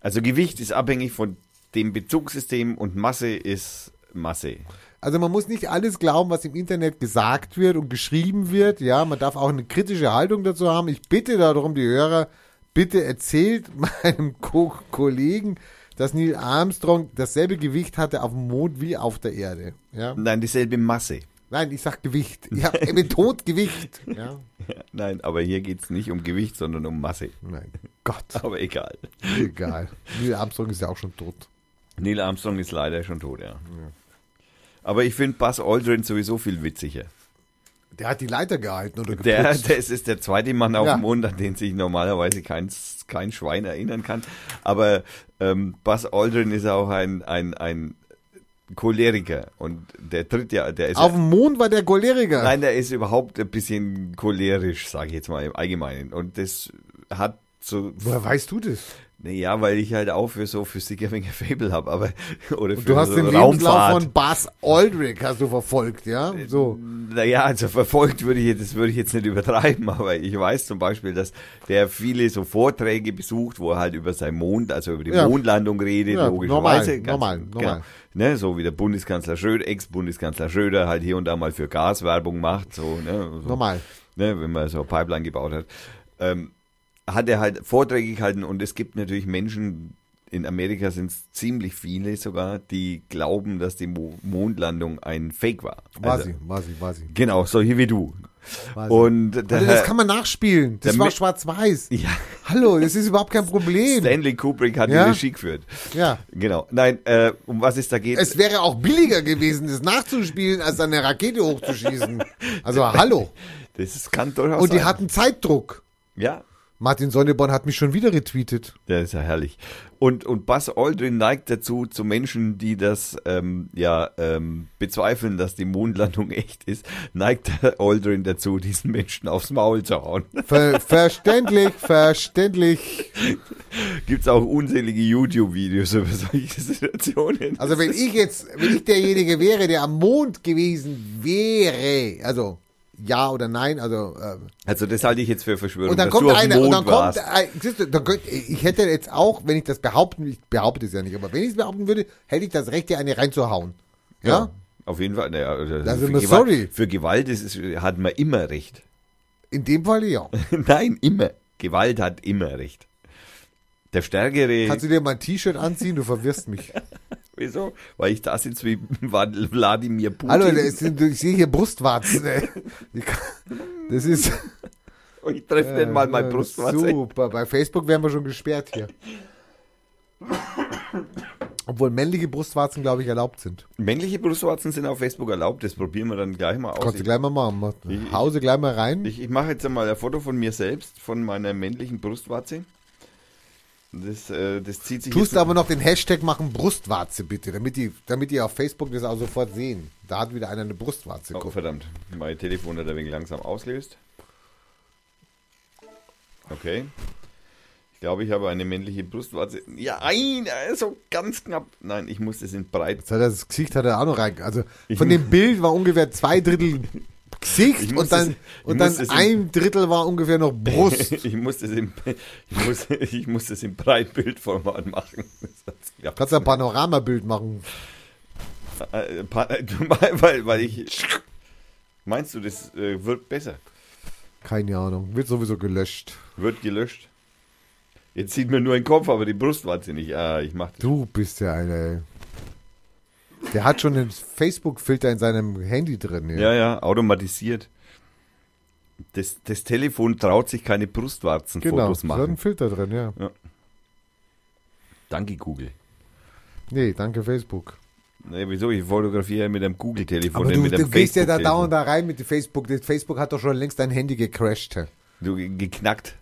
A: Also Gewicht ist abhängig von dem Bezugssystem und Masse ist Masse.
B: Also man muss nicht alles glauben, was im Internet gesagt wird und geschrieben wird. Ja, man darf auch eine kritische Haltung dazu haben. Ich bitte darum, die Hörer, bitte erzählt meinem Ko Kollegen, dass Neil Armstrong dasselbe Gewicht hatte auf dem Mond wie auf der Erde. Ja?
A: Nein, dieselbe Masse.
B: Nein, ich sag Gewicht. Ich hab betont Gewicht. Ja?
A: Ja, Nein, aber hier geht es nicht um Gewicht, sondern um Masse.
B: Nein, Gott.
A: Aber egal.
B: Egal. Neil Armstrong ist ja auch schon tot.
A: Neil Armstrong ist leider schon tot, ja. Aber ich finde Buzz Aldrin sowieso viel witziger.
B: Der hat die Leiter gehalten oder
A: Der,
B: geputzt.
A: das ist der zweite Mann auf
B: Ja.
A: dem Mond, an den sich normalerweise kein, kein Schwein erinnern kann. Aber ähm, Buzz Aldrin ist auch ein, ein, ein Choleriker. Und der tritt ja, der ist.
B: Auf dem Mond war der Choleriker.
A: nein, der ist überhaupt ein bisschen cholerisch, sage ich jetzt mal im Allgemeinen. Und das hat so.
B: Woher weißt du das?
A: Ja, weil ich halt auch für so Physik ein wenig Fable habe, aber. Oder für
B: Du hast
A: so
B: den Lebenslauf
A: Raumfahrt.
B: von Buzz Aldrich hast du verfolgt, ja? So.
A: Naja, also verfolgt würde ich, jetzt- das würde ich jetzt nicht übertreiben, aber ich weiß zum Beispiel, dass der viele so Vorträge besucht, wo er halt über seinen Mond, also über die
B: Ja.
A: Mondlandung redet,
B: Ja,
A: logischerweise.
B: normal, normal, normal.
A: Genau, ne, so wie der Bundeskanzler Schröder, Ex-Bundeskanzler Schröder halt hier und da mal für Gaswerbung macht, so, ne, so,
B: Normal.
A: ne, wenn man so eine Pipeline gebaut hat. Ähm, hat er halt Vorträge gehalten und es gibt natürlich Menschen, in Amerika sind es ziemlich viele sogar, die glauben, dass die Mo Mondlandung ein Fake war.
B: War
A: Also-
B: sie, war sie, war sie.
A: Genau, solche wie du.
B: War sie.
A: Und der
B: also das kann man nachspielen.
A: Äh,
B: Das
A: der
B: war
A: Mi-
B: schwarz-weiß.
A: ja,
B: Hallo, das ist überhaupt kein Problem.
A: Stanley Kubrick hat
B: Ja.
A: die Regie geführt.
B: Ja.
A: Genau. Nein, äh, um was es da geht.
B: Es wäre auch billiger gewesen, das nachzuspielen, als eine Rakete hochzuschießen. Also hallo.
A: das kann durchaus
B: Und die
A: sein.
B: hatten Zeitdruck.
A: ja,
B: Martin Sonneborn hat mich schon wieder retweetet.
A: das ist ja herrlich. Und, und Buzz Aldrin neigt dazu zu Menschen, die das ähm, ja ähm, bezweifeln, dass die Mondlandung echt ist, neigt Aldrin dazu, diesen Menschen aufs Maul zu hauen.
B: Ver verständlich, verständlich.
A: Gibt es auch unzählige YouTube-Videos über solche Situationen.
B: Also wenn ich jetzt, wenn ich derjenige wäre, der am Mond gewesen wäre, also ja oder nein, also ähm,
A: Also das halte ich jetzt für Verschwörung.
B: und dann
A: dass
B: kommt
A: du auf dem
B: einer und
A: Mond
B: dann kommt
A: warst.
B: ein, siehst du, dann könnt, ich hätte jetzt auch, wenn ich das behaupten, ich behaupte es ja nicht, aber wenn ich es behaupten würde, hätte ich das Recht, dir eine reinzuhauen. Ja?
A: Ja. Auf jeden Fall. Naja, also
B: Da sind
A: für,
B: wir
A: Gewalt,
B: sorry.
A: für Gewalt ist, ist, hat man immer recht.
B: In dem Fall ja.
A: Nein, immer. Gewalt hat immer recht. Der Stärkere.
B: Kannst du dir mal ein T-Shirt anziehen, du verwirrst mich.
A: wieso? Weil ich da sitze wie Wladimir Putin.
B: Hallo, da ist- ich sehe hier Brustwarzen. Ey. Ich kann- Das ist
A: Und ich treffe den mal mein
B: äh,
A: Brustwarze.
B: Super, bei Facebook wären wir schon gesperrt hier. Obwohl männliche Brustwarzen, glaube ich, erlaubt sind.
A: Männliche Brustwarzen sind auf Facebook erlaubt. Das probieren wir dann gleich mal aus.
B: Kannst du gleich mal machen. Mach-
A: Ich-
B: Hause gleich mal rein.
A: Ich, ich mache jetzt einmal ein Foto von mir selbst, von meiner männlichen Brustwarze. Das, äh, das zieht sich.
B: Tust
A: jetzt-
B: aber noch den Hashtag machen Brustwarze bitte, damit die, damit die auf Facebook das auch sofort sehen. Da hat wieder einer eine Brustwarze.
A: Oh,
B: Guck.
A: verdammt, mein Telefon hat ein wenig langsam ausgelöst. Okay. Ich glaube, ich habe eine männliche Brustwarze. Ja, ein, also ganz knapp. Nein, ich muss das in breit.
B: Jetzt hat er das Gesicht hat er auch noch rein. Also
A: Ich
B: von
A: mu-
B: dem Bild war ungefähr zwei Drittel
A: Ich
B: Gesicht
A: muss
B: und
A: das-
B: dann,
A: ich
B: und
A: muss
B: dann
A: das in-
B: ein Drittel war ungefähr noch Brust.
A: Ich muss das im, ich muss, ich muss das im Breitbildformat machen. Das hat's geklappt.
B: Kannst du ein Panoramabild machen?
A: Äh, pa- äh, weil, weil ich. Meinst du, das äh, wird besser?
B: Keine Ahnung. Wird sowieso gelöscht.
A: Wird gelöscht? Jetzt sieht man nur den Kopf, aber die Brustwarze nicht. Ah, ich mach das.
B: Du bist ja einer, ey. Der hat schon den Facebook-Filter in seinem Handy drin. Ja.
A: Ja, ja, automatisiert. Das, das Telefon traut sich keine
B: genau.
A: Brustwarzenfotos
B: Da hat einen
A: machen.
B: Filter drin, ja.
A: Danke, Google.
B: Nee, danke Facebook.
A: Nee, wieso? Ich fotografiere ja mit einem Google-Telefon.
B: Aber
A: nicht
B: du,
A: mit einem
B: du gehst ja da
A: Facebook-Telefon.
B: dauernd da rein mit dem Facebook. Das Facebook hat doch schon längst dein Handy gecrashed. hä?
A: Du ge- geknackt.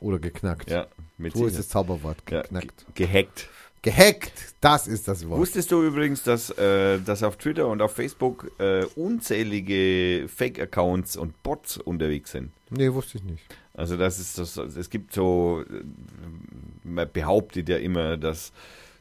B: Oder geknackt.
A: Ja, mit
B: So ist
A: Sicherheit.
B: das Zauberwort.
A: ja,
B: Geknackt.
A: ge- Gehackt.
B: Gehackt. Das ist das Wort.
A: Wusstest du übrigens, dass, äh, dass auf Twitter und auf Facebook äh, unzählige Fake-Accounts und Bots unterwegs sind?
B: Nee, wusste ich nicht.
A: Also das ist das, es gibt so, äh, man behauptet ja immer, dass,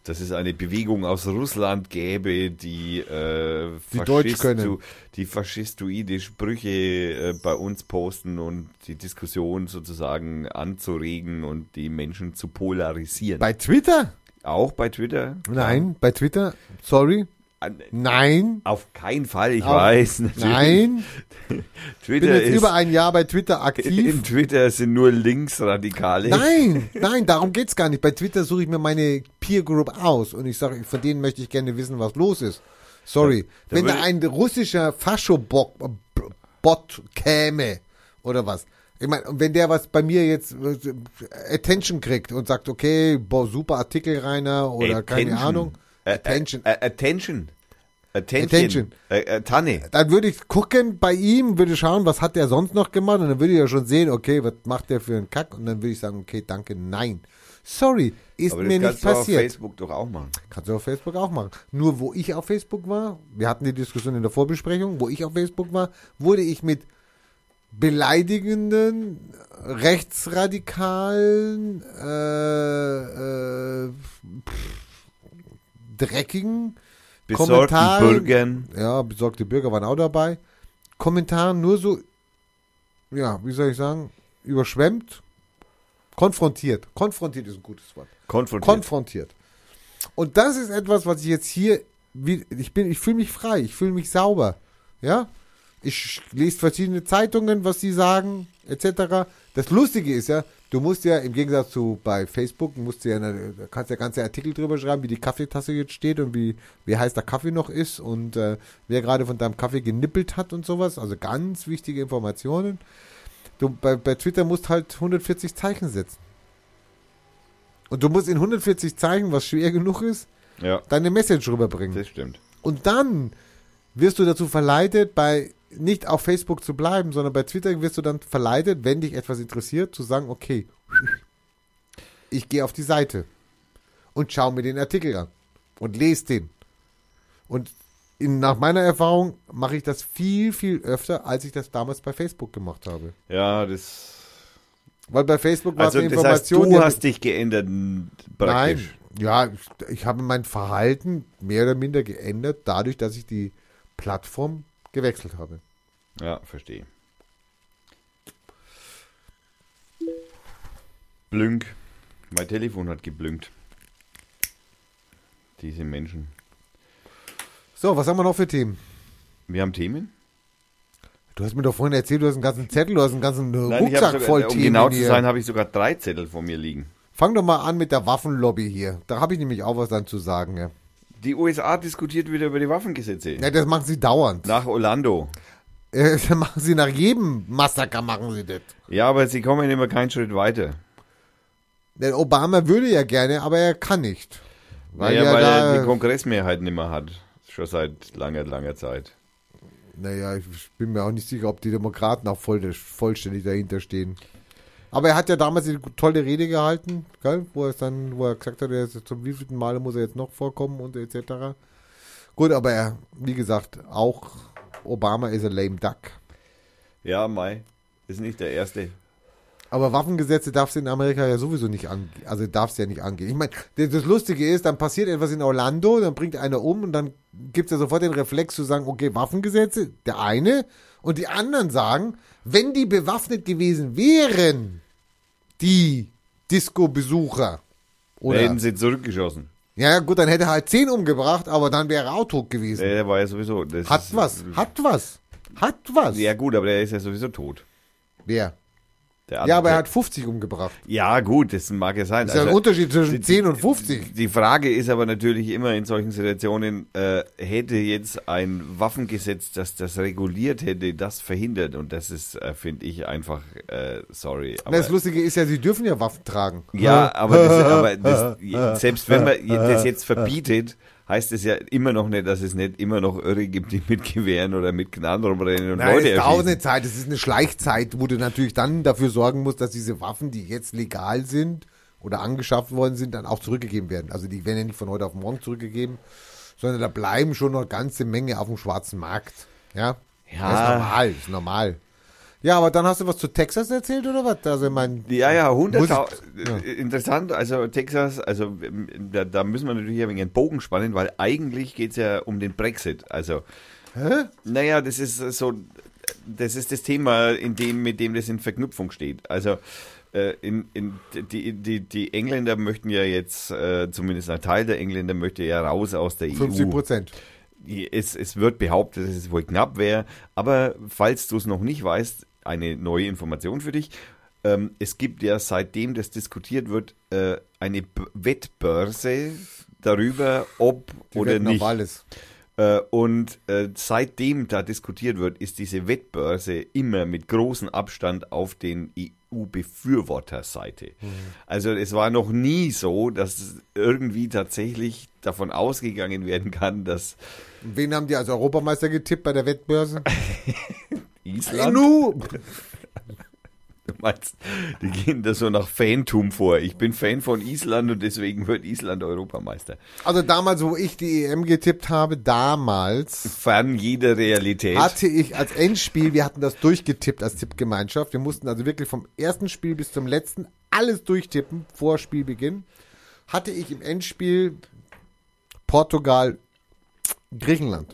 A: dass es eine Bewegung aus Russland gäbe, die, äh,
B: Die Deutsch
A: Faschistu-
B: können.
A: die faschistoide Sprüche äh, bei uns posten und die Diskussion sozusagen anzuregen und die Menschen zu polarisieren.
B: Bei Twitter?
A: Auch bei Twitter?
B: Nein, bei Twitter. Sorry.
A: An-
B: Nein.
A: Auf keinen Fall, ich
B: Auf-
A: weiß. Natürlich.
B: Nein. Ich bin
A: Twitter
B: jetzt
A: ist,
B: über ein Jahr bei Twitter aktiv.
A: in Twitter sind nur Linksradikale.
B: Nein, nein, darum geht's gar nicht. Bei Twitter suche ich mir meine Peer Group aus und ich sage, von denen möchte ich gerne wissen, was los ist. Sorry.
A: da
B: Wenn da
A: würde-
B: ein russischer Fascho-Bot käme oder was. Ich meine, und wenn der was bei mir jetzt äh, Attention kriegt und sagt, okay, boah, super Artikel, Rainer, oder keine
A: Attention. Äh,
B: Ahnung,
A: Ä- ä-
B: Attention,
A: ä- Attention. Attention. Äh, Ä-
B: Attention.
A: ä, Tanne.
B: dann würde ich gucken bei ihm, würde schauen, was hat er sonst noch gemacht und dann würde ich ja schon sehen, okay, was macht der für einen Kack und dann würde ich sagen, okay, danke, nein. Sorry, ist
A: Aber
B: mir
A: das kannst
B: nicht
A: du auf
B: passiert.
A: Facebook doch auch machen.
B: Kannst du auf Facebook auch machen. Nur wo ich auf Facebook war, wir hatten die Diskussion in der Vorbesprechung, wo ich auf Facebook war, wurde ich mit beleidigenden, rechtsradikalen, äh, äh, pff, dreckigen
A: Besorgten
B: Kommentaren-
A: Bürgern.
B: ja, besorgte Bürger waren auch dabei. Kommentaren nur so, ja, wie soll ich sagen, überschwemmt, konfrontiert. Konfrontiert ist ein gutes Wort.
A: Konfrontiert.
B: Konfrontiert. Und das ist etwas, was ich jetzt hier, wie, ich bin, ich fühle mich frei, ich fühle mich sauber, ja. Ich lese verschiedene Zeitungen, was sie sagen, etc. Das Lustige ist ja, du musst ja im Gegensatz zu bei Facebook, musst du ja, eine- da kannst ja ganze Artikel drüber schreiben, wie die Kaffeetasse jetzt steht und wie, wie heiß der Kaffee noch ist und äh, wer gerade von deinem Kaffee genippelt hat und sowas. Also ganz wichtige Informationen. Du, bei, bei Twitter musst halt 140 Zeichen setzen. Und du musst in 140 Zeichen, was schwer genug ist,
A: Ja,
B: deine Message rüberbringen.
A: das stimmt.
B: Und dann wirst du dazu verleitet, bei nicht auf Facebook zu bleiben, sondern bei Twitter wirst du dann verleitet, wenn dich etwas interessiert, zu sagen, okay, ich gehe auf die Seite und schaue mir den Artikel an und lese den. Und in, nach meiner Erfahrung mache ich das viel, viel öfter, als ich das damals bei Facebook gemacht habe.
A: Ja, das.
B: Weil bei Facebook war
A: Also,
B: eine
A: das heißt,
B: Information.
A: du
B: ja-
A: hast dich geändert n- praktisch.
B: Nein, ja, ich, ich habe mein Verhalten mehr oder minder geändert, dadurch, dass ich die Plattform gewechselt habe.
A: Ja, verstehe. Blünk. Mein Telefon hat geblünkt. Diese Menschen.
B: So, was haben wir noch für Themen?
A: Wir haben Themen?
B: Du hast mir doch vorhin erzählt, du hast einen ganzen Zettel, du hast einen ganzen
A: ich hab
B: Rucksack
A: sogar,
B: voll
A: um
B: Themen.
A: genau zu
B: hier.
A: sein, habe ich sogar drei Zettel vor mir liegen.
B: Fang doch mal an mit der Waffenlobby hier. Da habe ich nämlich auch was dann zu sagen. Ja,
A: Die USA diskutiert wieder über die Waffengesetze.
B: ja das machen sie dauernd.
A: Nach Orlando.
B: Äh, das machen sie nach jedem Massaker, machen sie das.
A: Ja, aber sie kommen immer keinen Schritt weiter.
B: Denn Obama würde ja gerne, aber er kann nicht. Weil
A: naja,
B: ja
A: weil
B: da-
A: er die Kongressmehrheit nicht mehr hat. Schon seit langer, langer Zeit.
B: Naja, ich bin mir auch nicht sicher, ob die Demokraten auch voll, vollständig dahinter stehen. Aber er hat ja damals die tolle Rede gehalten, gell? wo er es dann, wo er gesagt hat, er ist zum wievielten Male muss er jetzt noch vorkommen und etc. Gut, aber er, wie gesagt, auch Obama ist ein lame duck.
A: Ja, Mai. Ist nicht der erste.
B: Aber Waffengesetze darfst du in Amerika ja sowieso nicht angehen. Also darfst du ja nicht angehen. Ich meine, das das Lustige ist, dann passiert etwas in Orlando, dann bringt einer um und dann gibt es ja sofort den Reflex zu sagen, okay, Waffengesetze, der eine. Und die anderen sagen, wenn die bewaffnet gewesen wären, die Disco-Besucher.
A: Oder?
B: Oder,
A: hätten sie zurückgeschossen.
B: ja, ja, gut, dann hätte er halt zehn umgebracht, aber dann wäre er auch tot gewesen.
A: Der war ja sowieso. Äh, Das
B: hat
A: ist-
B: was, hat was, hat was.
A: Ja, gut, aber der ist ja sowieso tot.
B: Wer?
A: Der
B: Ja,
A: andere-
B: aber er hat 50 umgebracht.
A: Ja, gut, das mag ja sein. Also
B: Das ist ja ein Unterschied zwischen 10 und 50.
A: Die Frage ist aber natürlich immer in solchen Situationen, äh, hätte jetzt ein Waffengesetz, das das reguliert hätte, das verhindert? Und das ist, äh, finde ich, einfach, äh, sorry. Aber,
B: Na, das Lustige ist ja, sie dürfen ja Waffen tragen.
A: ja, aber, das, aber das, selbst wenn man je- das jetzt verbietet, heißt es ja immer noch nicht, dass es nicht immer noch Irre gibt, die mit Gewehren oder mit Knarren rumrennen und
B: Nein,
A: Leute
B: es dauert
A: erschießen.
B: eine Zeit, es ist eine Schleichzeit, wo du natürlich dann dafür sorgen musst, dass diese Waffen, die jetzt legal sind oder angeschafft worden sind, dann auch zurückgegeben werden. Also die werden ja nicht von heute auf morgen zurückgegeben, sondern da bleiben schon noch eine ganze Menge auf dem schwarzen Markt. Ja,
A: Ja.
B: Das ist normal, ist normal. Ja, aber dann hast du was zu Texas erzählt oder was? Also ich mein,
A: Ja, ja,
B: Muss
A: 100.000. Interessant, also Texas, also ähm, da, da müssen wir natürlich ein wenig den Bogen spannen, weil eigentlich geht es ja um den Brexit. Also, naja, das ist so, das ist das Thema, in dem, mit dem das in Verknüpfung steht. Also, äh, in, in, die, die, die Engländer möchten ja jetzt, äh, zumindest ein Teil der Engländer möchte ja raus aus der E
B: 50
A: EU.
B: Prozent.
A: Es, es wird behauptet, dass es wohl knapp wäre, aber falls du es noch nicht weißt, eine neue Information für dich. Ähm, es gibt ja seitdem das diskutiert wird, äh, eine B Wettbörse darüber, ob
B: Die
A: oder
B: werden
A: nicht.
B: Auf alles.
A: Äh, und äh, seitdem da diskutiert wird, ist diese Wettbörse immer mit großem Abstand auf den EU-Befürworterseite.
B: Mhm.
A: Also es war noch nie so, dass irgendwie tatsächlich davon ausgegangen werden kann, dass
B: Und Wen haben die als Europameister getippt bei der Wettbörse?
A: Island...
B: Nu!
A: Du meinst, die gehen da so nach Fantum vor. Ich bin Fan von Island und deswegen wird Island Europameister.
B: Also damals, wo ich die EM getippt habe, damals
A: Fern jeder Realität.
B: hatte ich als Endspiel, wir hatten das durchgetippt als Tippgemeinschaft. Wir mussten also wirklich vom ersten Spiel bis zum letzten alles durchtippen vor Spielbeginn. Hatte ich im Endspiel Portugal Griechenland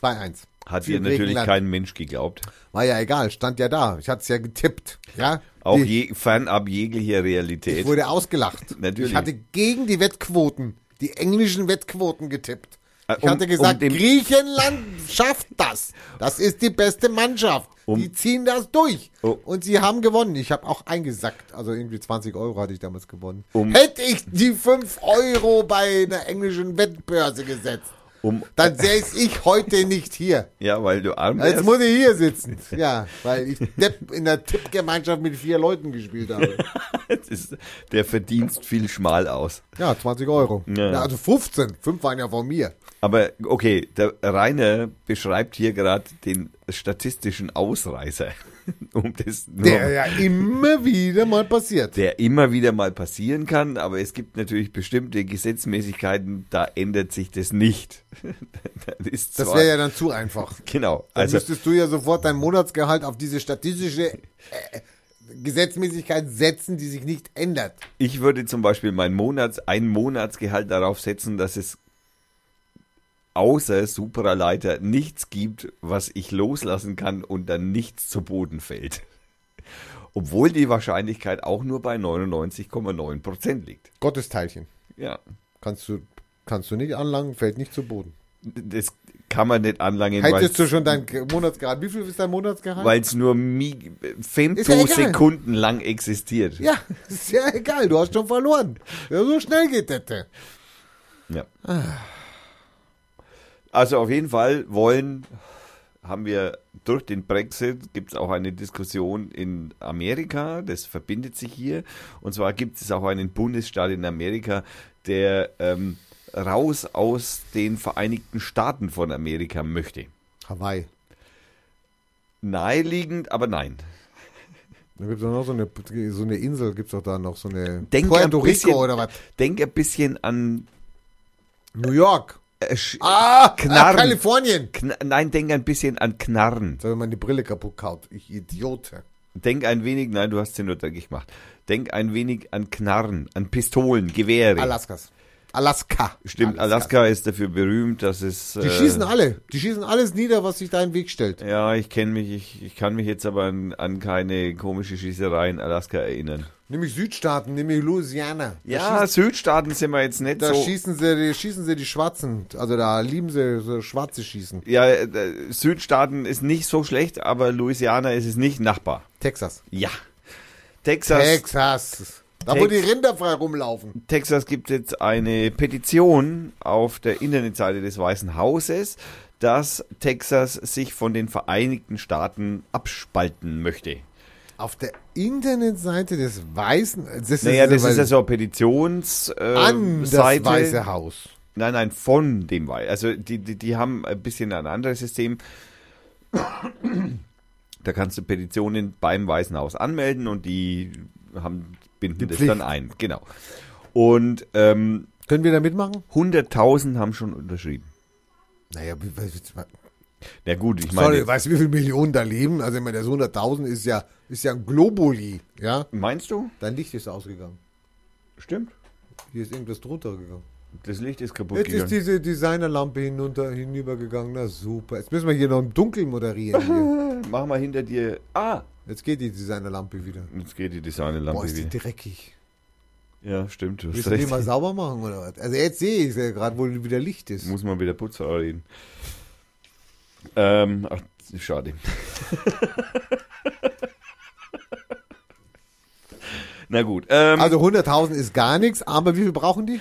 B: 2-1.
A: hat
B: Für
A: dir natürlich
B: Griechenland.
A: kein Mensch geglaubt.
B: War ja egal, stand ja da. Ich hatte es ja getippt, ja?
A: Auch
B: ich,
A: je, fernab jeglicher Realität.
B: ich wurde ausgelacht.
A: Natürlich.
B: Ich hatte gegen die Wettquoten, die englischen Wettquoten getippt.
A: Äh,
B: Ich
A: um-
B: hatte gesagt,
A: um dem-
B: Griechenland schafft das. Das ist die beste Mannschaft. die ziehen das durch.
A: Um- Oh.
B: Und sie haben gewonnen. Ich habe auch eingesackt. Also irgendwie 20 Euro hatte ich damals gewonnen.
A: Um-
B: Hätte ich die 5 Euro bei einer englischen Wettbörse gesetzt,
A: Um,
B: dann säß ich heute nicht hier.
A: ja, weil du arm
B: Jetzt
A: bist.
B: muss ich hier sitzen. Ja, weil ich Depp in der Tippgemeinschaft mit vier Leuten gespielt habe.
A: Das ist, der verdienst viel schmal aus.
B: Ja, 20 Euro.
A: Ja.
B: Ja, also 15. 5 waren ja von mir.
A: Aber okay, der Rainer beschreibt hier gerade den statistischen Ausreißer. Um das nur
B: Der ja immer wieder mal passiert.
A: der immer wieder mal passieren kann, aber es gibt natürlich bestimmte Gesetzmäßigkeiten, da ändert sich das nicht. das ist
B: Das
A: zwar-
B: wäre ja dann zu einfach.
A: genau.
B: Dann
A: Also
B: müsstest du ja sofort dein Monatsgehalt auf diese statistische äh, Gesetzmäßigkeit setzen, die sich nicht ändert.
A: ich würde zum Beispiel mein Monats, ein Monatsgehalt darauf setzen, dass es außer Supraleiter nichts gibt, was ich loslassen kann und dann nichts zu Boden fällt. obwohl die Wahrscheinlichkeit auch nur bei 99,9% liegt.
B: Gottesteilchen.
A: Ja,
B: Kannst du, kannst du nicht anlangen, fällt nicht zu Boden.
A: das kann man nicht anlangen,
B: Hättest du
A: weil
B: schon dein Ge- Monatsgehalt? Wie viel ist dein Monatsgehalt?
A: es nur mi- Femtosekunden
B: Femtosekunden
A: lang existiert.
B: ja, ist ja egal, du hast schon verloren. Ja, so schnell geht das. denn.
A: Ja. Also auf jeden Fall wollen, haben wir durch den Brexit, gibt es auch eine Diskussion in Amerika, das verbindet sich hier. Und zwar gibt es auch einen Bundesstaat in Amerika, der ähm, raus aus den Vereinigten Staaten von Amerika möchte.
B: Hawaii.
A: Naheliegend, aber nein.
B: Da gibt es noch so eine, so eine Insel, gibt es doch da noch so eine
A: Denk
B: Puerto
A: ein bisschen-
B: Rico oder was?
A: Denk ein bisschen an
B: New York.
A: äh, Sch-
B: Ah,
A: Knarren.
B: ah, Kalifornien.
A: Kn nein, denk ein bisschen an Knarren.
B: Jetzt habe ich meine Brille kaputt kaut. Ich Idiote.
A: Denk ein wenig, nein, du hast sie nur dreckig gemacht. Denk ein wenig an Knarren, an Pistolen, Gewehre.
B: Alaskas. Alaska.
A: Stimmt, Alaska. ist dafür berühmt, dass es. äh,
B: Die schießen alle. Die schießen alles nieder, was sich da in den Weg stellt.
A: Ja, ich kenne mich, ich, ich kann mich jetzt aber an, an keine komische Schießerei in Alaska erinnern.
B: Nämlich Südstaaten, nämlich Louisiana. Da
A: Ja, Südstaaten sind wir jetzt nicht
B: Da
A: so.
B: schießen sie, die, schießen sie die Schwarzen. Also da lieben sie so schwarze Schießen.
A: Ja, äh, Südstaaten ist nicht so schlecht, aber Louisiana ist es nicht Nachbar.
B: Texas.
A: Ja. Texas,
B: Texas. Da, wo
A: Tex-
B: die Rinder frei rumlaufen.
A: Texas gibt jetzt eine Petition auf der Internetseite des Weißen Hauses, dass Texas sich von den Vereinigten Staaten abspalten möchte.
B: Auf der Internetseite des Weißen. Das ist,
A: Naja, das ist ja
B: das
A: so eine Petitionsseite. Äh,
B: an das
A: Seite.
B: Weiße Haus.
A: Nein, nein, von dem Weißen. Also die, die, die haben ein bisschen ein anderes System. Da kannst du Petitionen beim Weißen Haus anmelden und die haben, binden das
B: Pflicht.
A: dann ein. Genau. Und ähm,
B: Können wir da mitmachen?
A: 100.000 haben schon unterschrieben.
B: Naja, wie- wie- wie-
A: Na gut, ich meine.
B: sorry, weißt du, wie viele Millionen da leben? Also ich meine, das 100.000 ist ja, ist ja ein Globuli. Ja?
A: Meinst du?
B: Dein Licht ist ausgegangen.
A: Stimmt.
B: Hier ist irgendwas drunter gegangen.
A: Das Licht ist kaputt
B: Jetzt ist
A: gegangen.
B: diese Designerlampe hinunter, hinübergegangen. Na super. Jetzt müssen wir hier noch im Dunkeln moderieren. Hier.
A: Mach mal hinter dir. Ah!
B: Jetzt geht die Designerlampe wieder.
A: Jetzt geht die
B: Boah,
A: Designlampe
B: ist die
A: wieder.
B: dreckig.
A: Ja, stimmt. Du hast
B: Müssen die
A: recht.
B: mal sauber machen oder was? Also jetzt sehe ich ja gerade, wo wieder Licht ist.
A: Muss man wieder Putzfrau reden. Ähm, ach, schade. Na gut. Ähm,
B: Also 100.000 ist gar nichts, aber wie viel brauchen die?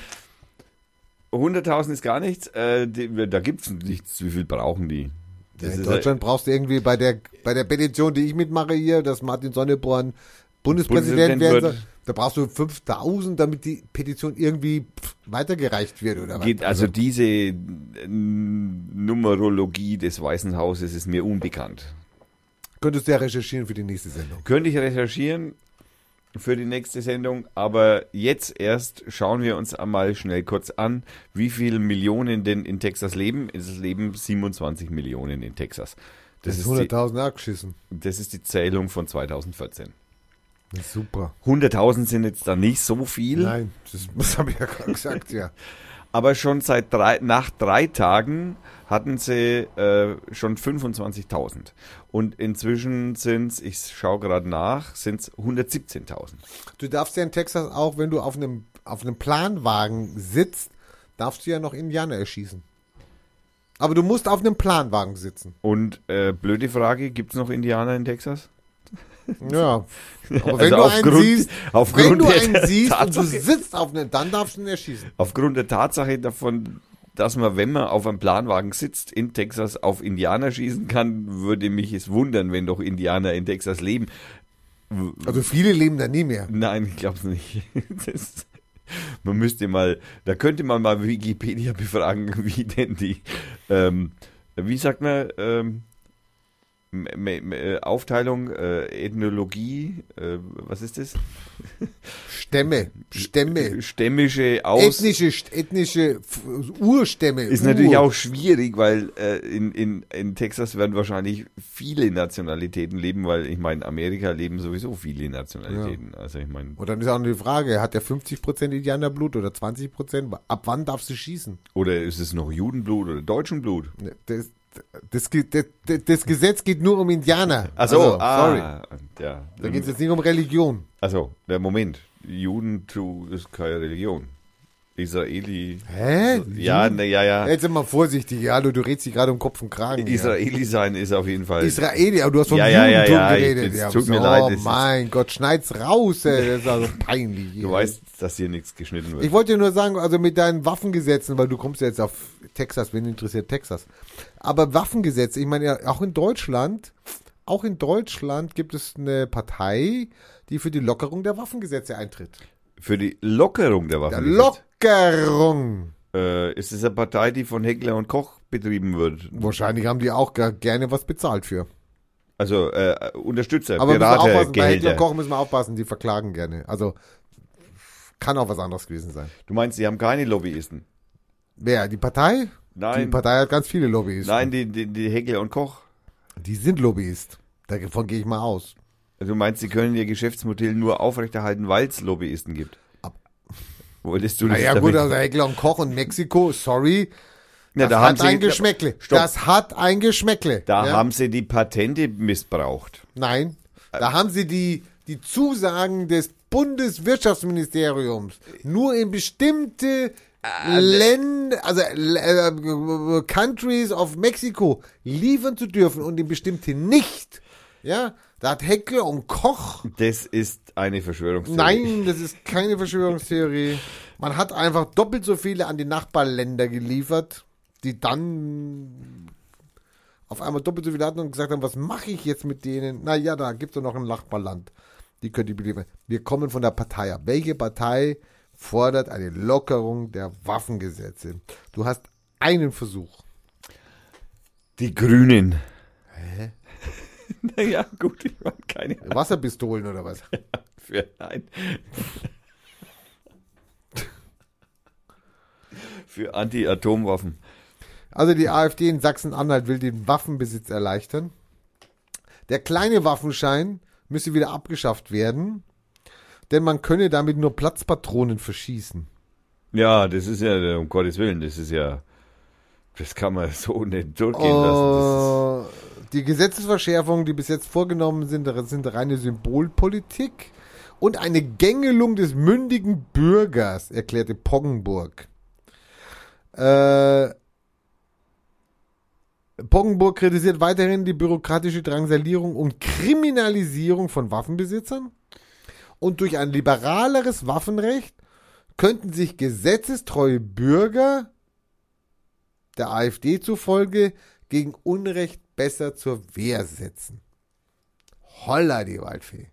A: 100.000 ist gar nichts. Äh, die, da gibt's nichts. Wie viel brauchen die? Das
B: in
A: ist äh,
B: Deutschland brauchst du irgendwie bei der, bei der Petition, die ich mitmache hier, dass Martin Sonneborn Bundespräsident
A: Bundespräsident
B: werden
A: wird.
B: soll. Da brauchst du 5.000, damit die Petition irgendwie pff, weitergereicht wird oder
A: ja-
B: was?
A: Geht, also diese äh, Numerologie des Weißen Hauses ist mir unbekannt.
B: Also, Könntest du ja recherchieren für die nächste Sendung.
A: Könnte ich recherchieren für die nächste Sendung, aber jetzt erst schauen wir uns einmal schnell kurz an, wie viele Millionen denn in Texas leben. Es leben 27 Millionen in Texas. Das, ist, die,
B: 100.000 abgeschissen.
A: das ist die Zählung von 2014.
B: Das ist super.
A: 100.000 sind jetzt da nicht so viel,
B: Nein, das, das habe ich ja gerade gesagt, ja.
A: aber schon seit drei, nach drei Tagen hatten sie äh, schon 25.000. Und inzwischen sind ich schaue gerade nach, sind es 117.000.
B: Du darfst ja in Texas auch, wenn du auf einem, auf einem Planwagen sitzt, darfst du ja noch Indianer erschießen. Aber du musst auf einem Planwagen sitzen.
A: Und äh, blöde Frage, gibt es noch Indianer in Texas?
B: Ja. Aber
A: Also
B: wenn du einen
A: aufgrund-
B: siehst,
A: aufgrund
B: wenn du
A: der
B: einen siehst und du
A: Tatsache-
B: sitzt auf einem, dann darfst du ihn erschießen.
A: Aufgrund der Tatsache davon, dass man, wenn man auf einem Planwagen sitzt, in Texas auf Indianer schießen kann, würde mich es wundern, wenn doch Indianer in Texas leben.
B: Also viele leben da nie mehr.
A: Nein, ich glaube es nicht. Das, man müsste mal, da könnte man mal Wikipedia befragen, wie denn die, ähm, wie sagt man, ähm, M- M- M- Aufteilung, äh, Ethnologie, äh, was ist das? Äh,
B: Stämme, Stämme,
A: Stämmische Aus
B: ethnische, St- ethnische F- Urstämme. Uh.
A: Ist
B: Ur.
A: natürlich auch schwierig, weil äh, in, in, in Texas werden wahrscheinlich viele Nationalitäten leben, weil ich meine, in Amerika leben sowieso viele Nationalitäten. Also ich meine,
B: Und dann ist auch noch die Frage, hat der 50% Indianerblut oder 20%? Ab wann darfst du schießen? Ne,
A: oder ist es noch Judenblut oder deutschen Blut?
B: Das, Das, Ge- das, das- das Gesetz geht nur um Indianer.
A: Achso,
B: Also,
A: ah, Ja.
B: Da geht es jetzt nicht um Religion.
A: Also, der Moment. Judentum ist keine Religion. Israeli.
B: Hä? Hm?
A: Ja, ne, ja, ja.
B: Jetzt mal vorsichtig, ja, du, du redest dich gerade um Kopf und Kragen.
A: Israeli sein ist auf jeden Fall.
B: Ja. Israeli, aber du hast vom
A: Äh, Ja, ja, ja,
B: Judentum
A: ja, ich-
B: geredet.
A: es
B: Ja,
A: tut mir
B: oh
A: leid, es ist-
B: mein Gott, schneid's raus, ey, das ist also peinlich.
A: Du weißt, dass hier nichts geschnitten wird.
B: Ich wollte dir nur sagen, also mit deinen Waffengesetzen, weil du kommst ja jetzt auf Texas, wen interessiert Texas? Aber Waffengesetze, ich meine, ja, auch in Deutschland, auch in Deutschland gibt es eine Partei, die für die Lockerung der Waffengesetze eintritt.
A: Für die Lockerung der
B: Der
A: Waffen.
B: Lockerung!
A: äh, ist es eine Partei, die von Heckler und Koch betrieben wird.
B: Wahrscheinlich haben die auch gar gerne was bezahlt für.
A: Also äh, Unterstützer,
B: Aber müssen wir
A: Berater,
B: aufpassen, bei Hitler und
A: Gehälter.
B: Koch müssen wir aufpassen, die verklagen gerne. Also kann auch was anderes gewesen sein.
A: Du meinst, sie haben keine Lobbyisten?
B: Wer? Die Partei? Die
A: Nein,
B: Partei hat ganz viele Lobbyisten.
A: nein, die, die, die Heckler und Koch.
B: Die sind Lobbyist. Davon gehe ich mal aus.
A: Du meinst, sie können ihr Geschäftsmodell nur aufrechterhalten, weil es Lobbyisten gibt?
B: Ab-
A: Wolltest du das
B: Naja,
A: damit-
B: gut, also Heckler und Koch und Mexiko, sorry.
A: Na,
B: Das
A: da haben
B: hat
A: sie,
B: ein Geschmäckle.
A: Stopp.
B: Das hat ein Geschmäckle.
A: Da
B: Ja?
A: haben sie die Patente missbraucht.
B: Nein. Da haben sie die, die Zusagen des Bundeswirtschaftsministeriums nur in bestimmte Länder, also äh, äh, Countries of Mexico liefern zu dürfen und in bestimmte nicht. Ja, da hat Heckler und Koch.
A: Das ist eine Verschwörungstheorie.
B: Nein, das ist keine Verschwörungstheorie. Man hat einfach doppelt so viele an die Nachbarländer geliefert, die dann auf einmal doppelt so viele hatten und gesagt haben, was mache ich jetzt mit denen? Naja, da gibt es doch noch ein Nachbarland. Die könnt ihr beliefern. Wir kommen von der Partei ab. Welche Partei fordert eine Lockerung der Waffengesetze? Du hast einen Versuch.
A: Die Grünen. Hä? Naja, gut, ich meine keine
B: Wasserpistolen oder was?
A: für nein. für Anti-Atomwaffen.
B: Also die AfD in Sachsen-Anhalt will den Waffenbesitz erleichtern. Der kleine Waffenschein müsse wieder abgeschafft werden, denn man könne damit nur Platzpatronen verschießen.
A: Ja, das ist ja, um Gottes Willen, das ist ja, das kann man so nicht durchgehen lassen.
B: Äh, die Gesetzesverschärfungen, die bis jetzt vorgenommen sind, das sind reine Symbolpolitik und eine Gängelung des mündigen Bürgers, erklärte Poggenburg. Äh, Poggenburg kritisiert weiterhin die bürokratische Drangsalierung und Kriminalisierung von Waffenbesitzern. Und durch ein liberaleres Waffenrecht könnten sich gesetzestreue Bürger der AfD zufolge gegen Unrecht besser zur Wehr setzen. Holla, die Waldfee.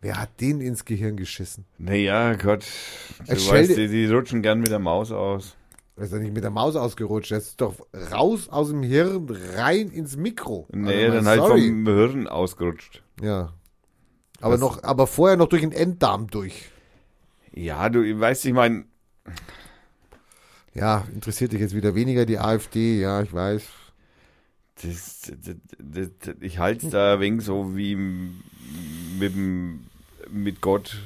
B: Wer hat den ins Gehirn geschissen?
A: Das ist, naja, Gott, du
B: Jetzt stell
A: weißt,
B: dir-
A: die, die rutschen gern mit der Maus aus.
B: Er ist doch nicht mit der Maus ausgerutscht. Er ist doch raus aus dem Hirn, rein ins Mikro.
A: Nee,
B: Also,
A: dann halt
B: sorry.
A: vom Hirn ausgerutscht.
B: Ja. Aber,
A: Das-
B: noch, aber vorher noch durch den Enddarm durch.
A: Ja, du weißt, ich meine,
B: Ja, interessiert dich jetzt wieder weniger die AfD. Ja, ich weiß.
A: das, das, das, das, ich halte es da ein wenig so wie m- mit, dem- mit Gott.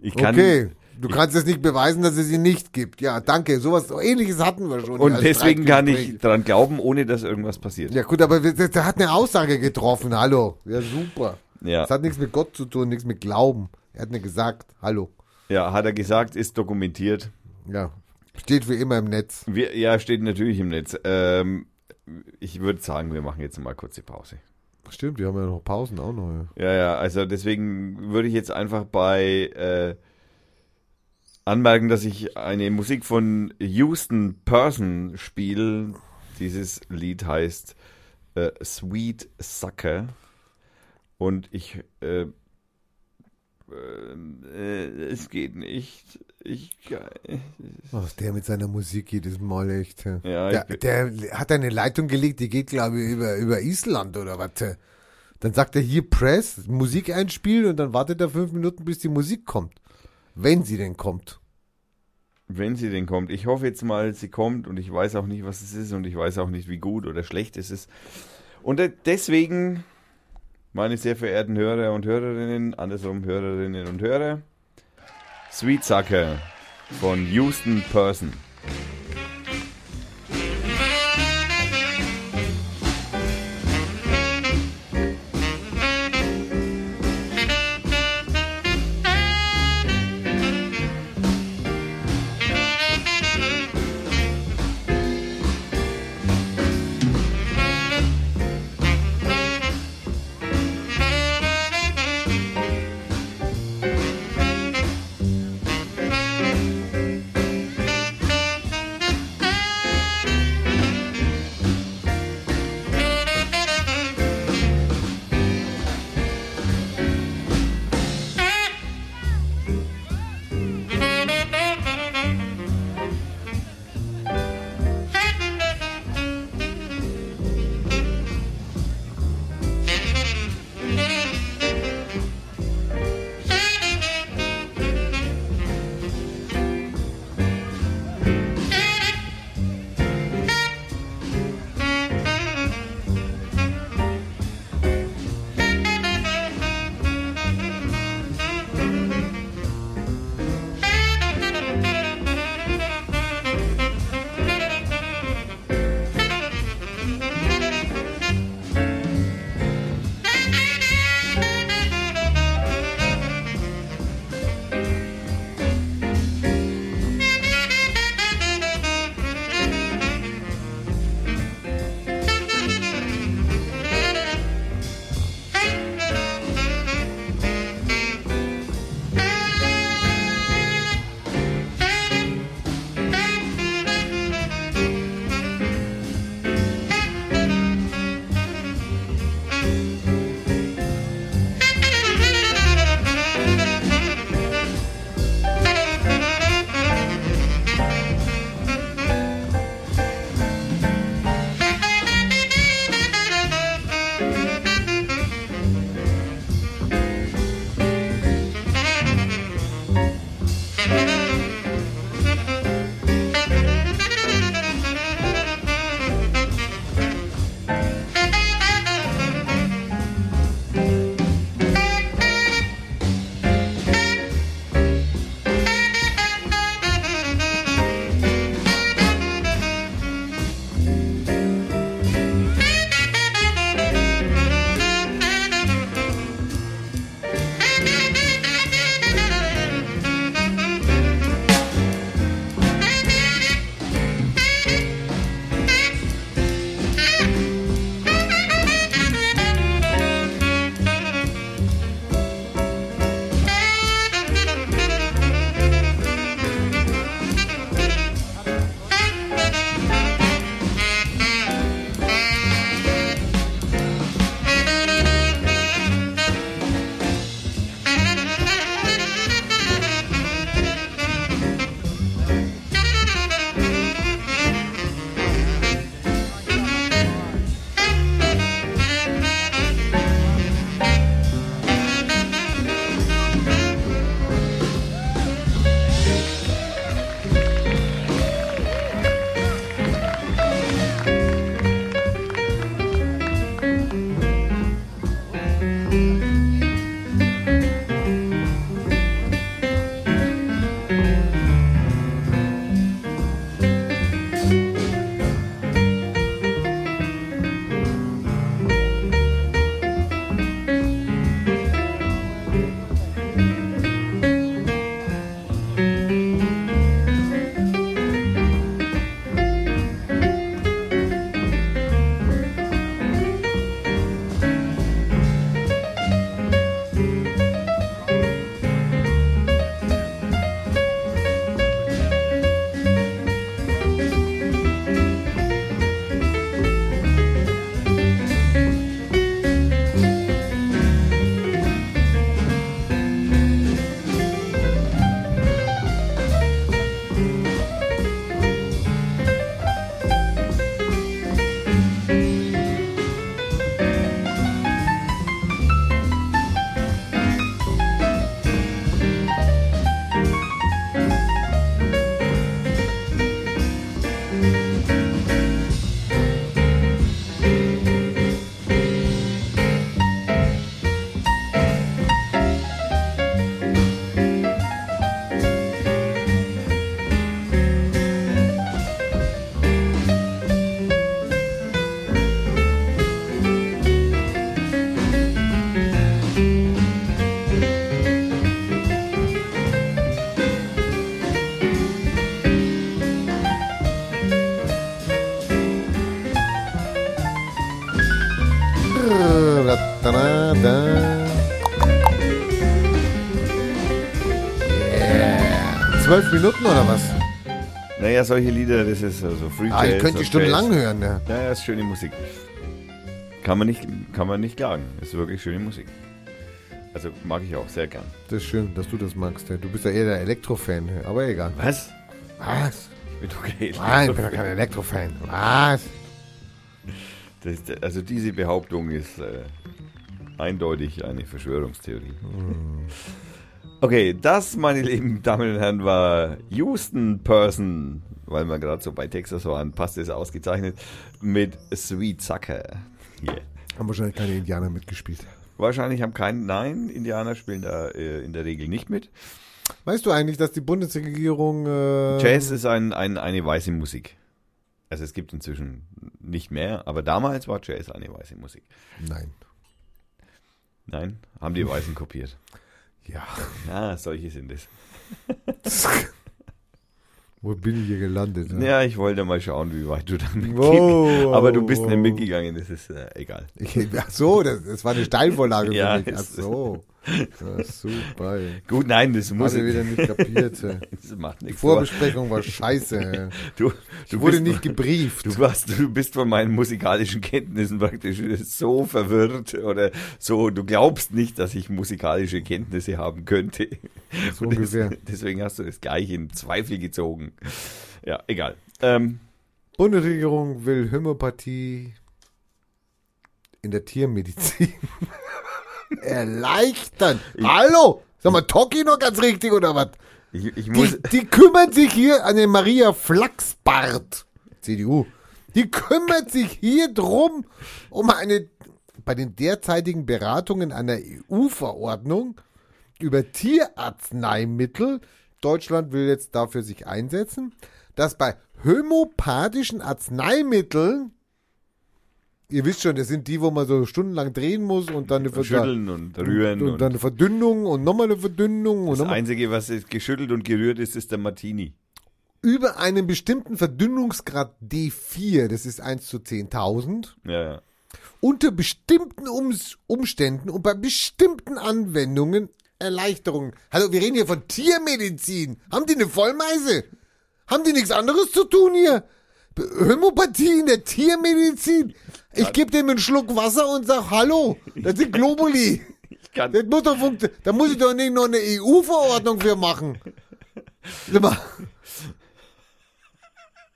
A: Ich kann,
B: okay. Du kannst es nicht beweisen, dass es ihn nicht gibt. Ja, danke. Sowas ähnliches hatten wir schon.
A: Und
B: als
A: deswegen kann
B: Streitgespräch.
A: ich dran glauben, ohne dass irgendwas passiert.
B: Also Ja gut, aber wir- der der hat eine Aussage getroffen, hallo. Ja, super.
A: Ja,
B: Das hat nichts mit Gott zu tun, nichts mit Glauben. Er hat mir gesagt, hallo.
A: ja hat er gesagt, ist dokumentiert.
B: Ja. Steht wie immer im Netz.
A: Wir, ja, steht natürlich im Netz. Ähm, ich würde sagen, wir machen jetzt mal kurz die Pause.
B: Stimmt, wir haben ja noch Pausen auch noch. ja.
A: Ja, ja, also deswegen würde ich jetzt einfach bei äh, anmerken, dass ich eine Musik von Houston Person spiele. Dieses Lied heißt äh, Sweet Sucker. Und ich. Äh, äh, es geht nicht. Ich. äh,
B: Ach, der mit seiner Musik jedes Mal echt. Ja,
A: Ja, ich
B: der,
A: bin-
B: der hat eine Leitung gelegt, die geht, glaube ich, über, über Island oder was. äh. Dann sagt er hier Press, Musik einspielen und dann wartet er fünf Minuten, bis die Musik kommt. Wenn sie denn kommt.
A: Wenn sie denn kommt. Ich hoffe jetzt mal, sie kommt und ich weiß auch nicht, was es ist und ich weiß auch nicht, wie gut oder schlecht es ist. Und de- deswegen, meine sehr verehrten Hörer und Hörerinnen, andersrum Hörerinnen und Hörer, Sweet Sucker von Houston Person.
B: zwölf Minuten oder was?
A: Naja, solche Lieder, das ist also Free
B: Ah,
A: Jazz
B: ich könnte die
A: und
B: Stunde
A: Jazz.
B: lang hören. ne? Ja.
A: Naja, ist schöne Musik. Kann man nicht, kann man nicht klagen. Ist wirklich schöne Musik. Also mag ich auch sehr gern.
B: Das ist schön, dass du das magst. Ja. Du bist ja eher der Elektro-Fan, ja. aber egal.
A: Was?
B: Was?
A: Ich bin okay.
B: Nein, ich bin doch kein Elektro-Fan. Was?
A: Das, ist- also diese Behauptung ist äh, eindeutig eine Verschwörungstheorie.
B: Hm,
A: Okay, das, meine lieben Damen und Herren, war Houston Person, weil wir gerade so bei Texas waren, passt es ausgezeichnet, mit Sweet Sucker. Yeah.
B: Haben wahrscheinlich keine Indianer mitgespielt.
A: Wahrscheinlich haben keinen, nein, Indianer spielen da äh, in der Regel nicht mit.
B: Weißt du eigentlich, dass die Bundesregierung äh,
A: Jazz ist ein, ein, eine weiße Musik. Also es gibt inzwischen nicht mehr, aber damals war Jazz eine weiße Musik.
B: Nein.
A: Nein, haben die Weißen kopiert.
B: Ja.
A: Ja, solche sind es.
B: Wo bin ich hier gelandet? ja?
A: Ja, ich wollte mal schauen, wie weit du da mitgehst.
B: Wow.
A: Aber du bist nicht mitgegangen, das ist äh, egal.
B: Ich, ach so, das, das war eine Steilvorlage
A: Ja,
B: für mich. Ach
A: es-
B: so. Ja, super. ey.
A: Gut, nein, das muss
B: Muss ich Also wieder nicht kapiert. ey.
A: Das macht
B: Die
A: nichts.
B: Vorbesprechung war scheiße. ey.
A: aber du,
B: Ich
A: du
B: wurde
A: bist,
B: nicht gebrieft.
A: Du, warst, du bist von meinen musikalischen Kenntnissen praktisch so verwirrt oder so, du glaubst nicht, dass ich musikalische Kenntnisse haben könnte.
B: So
A: Und
B: ungefähr.
A: des- Deswegen hast du das gleich in Zweifel gezogen. Ja, egal. Ähm,
B: Bundesregierung will Homöopathie in der Tiermedizin erleichtern. Hallo! Sag mal, Toki noch ganz richtig oder was?
A: ich, ich muss.
B: Die, die kümmert sich hier an den Maria Flachsbart, CDU. Die kümmert sich hier drum um eine bei den derzeitigen Beratungen einer EU-Verordnung über Tierarzneimittel. Deutschland will jetzt dafür sich einsetzen, dass bei homöopathischen Arzneimitteln, ihr wisst schon, das sind die, wo man so stundenlang drehen muss und dann eine Verdünnung
A: Schütteln und rühren.
B: und, dann eine Verdünnung und nochmal eine Verdünnung und
A: Das
B: nochmal
A: Einzige, was jetzt geschüttelt und gerührt ist, ist der Martini.
B: über einen bestimmten Verdünnungsgrad D4, das ist 1 zu 10.000,
A: Ja, ja.
B: unter bestimmten Ums Umständen und bei bestimmten Anwendungen Erleichterungen. Hallo, wir reden hier von Tiermedizin. Haben die eine Vollmeise? Haben die nichts anderes zu tun hier? B- Hämopathie in der Tiermedizin. Ich gebe dem einen Schluck Wasser und sag Hallo, das sind Globuli.
A: Ich kann,
B: Das muss doch funkt da muss ich doch nicht noch eine EU-Verordnung für machen. Sag mal.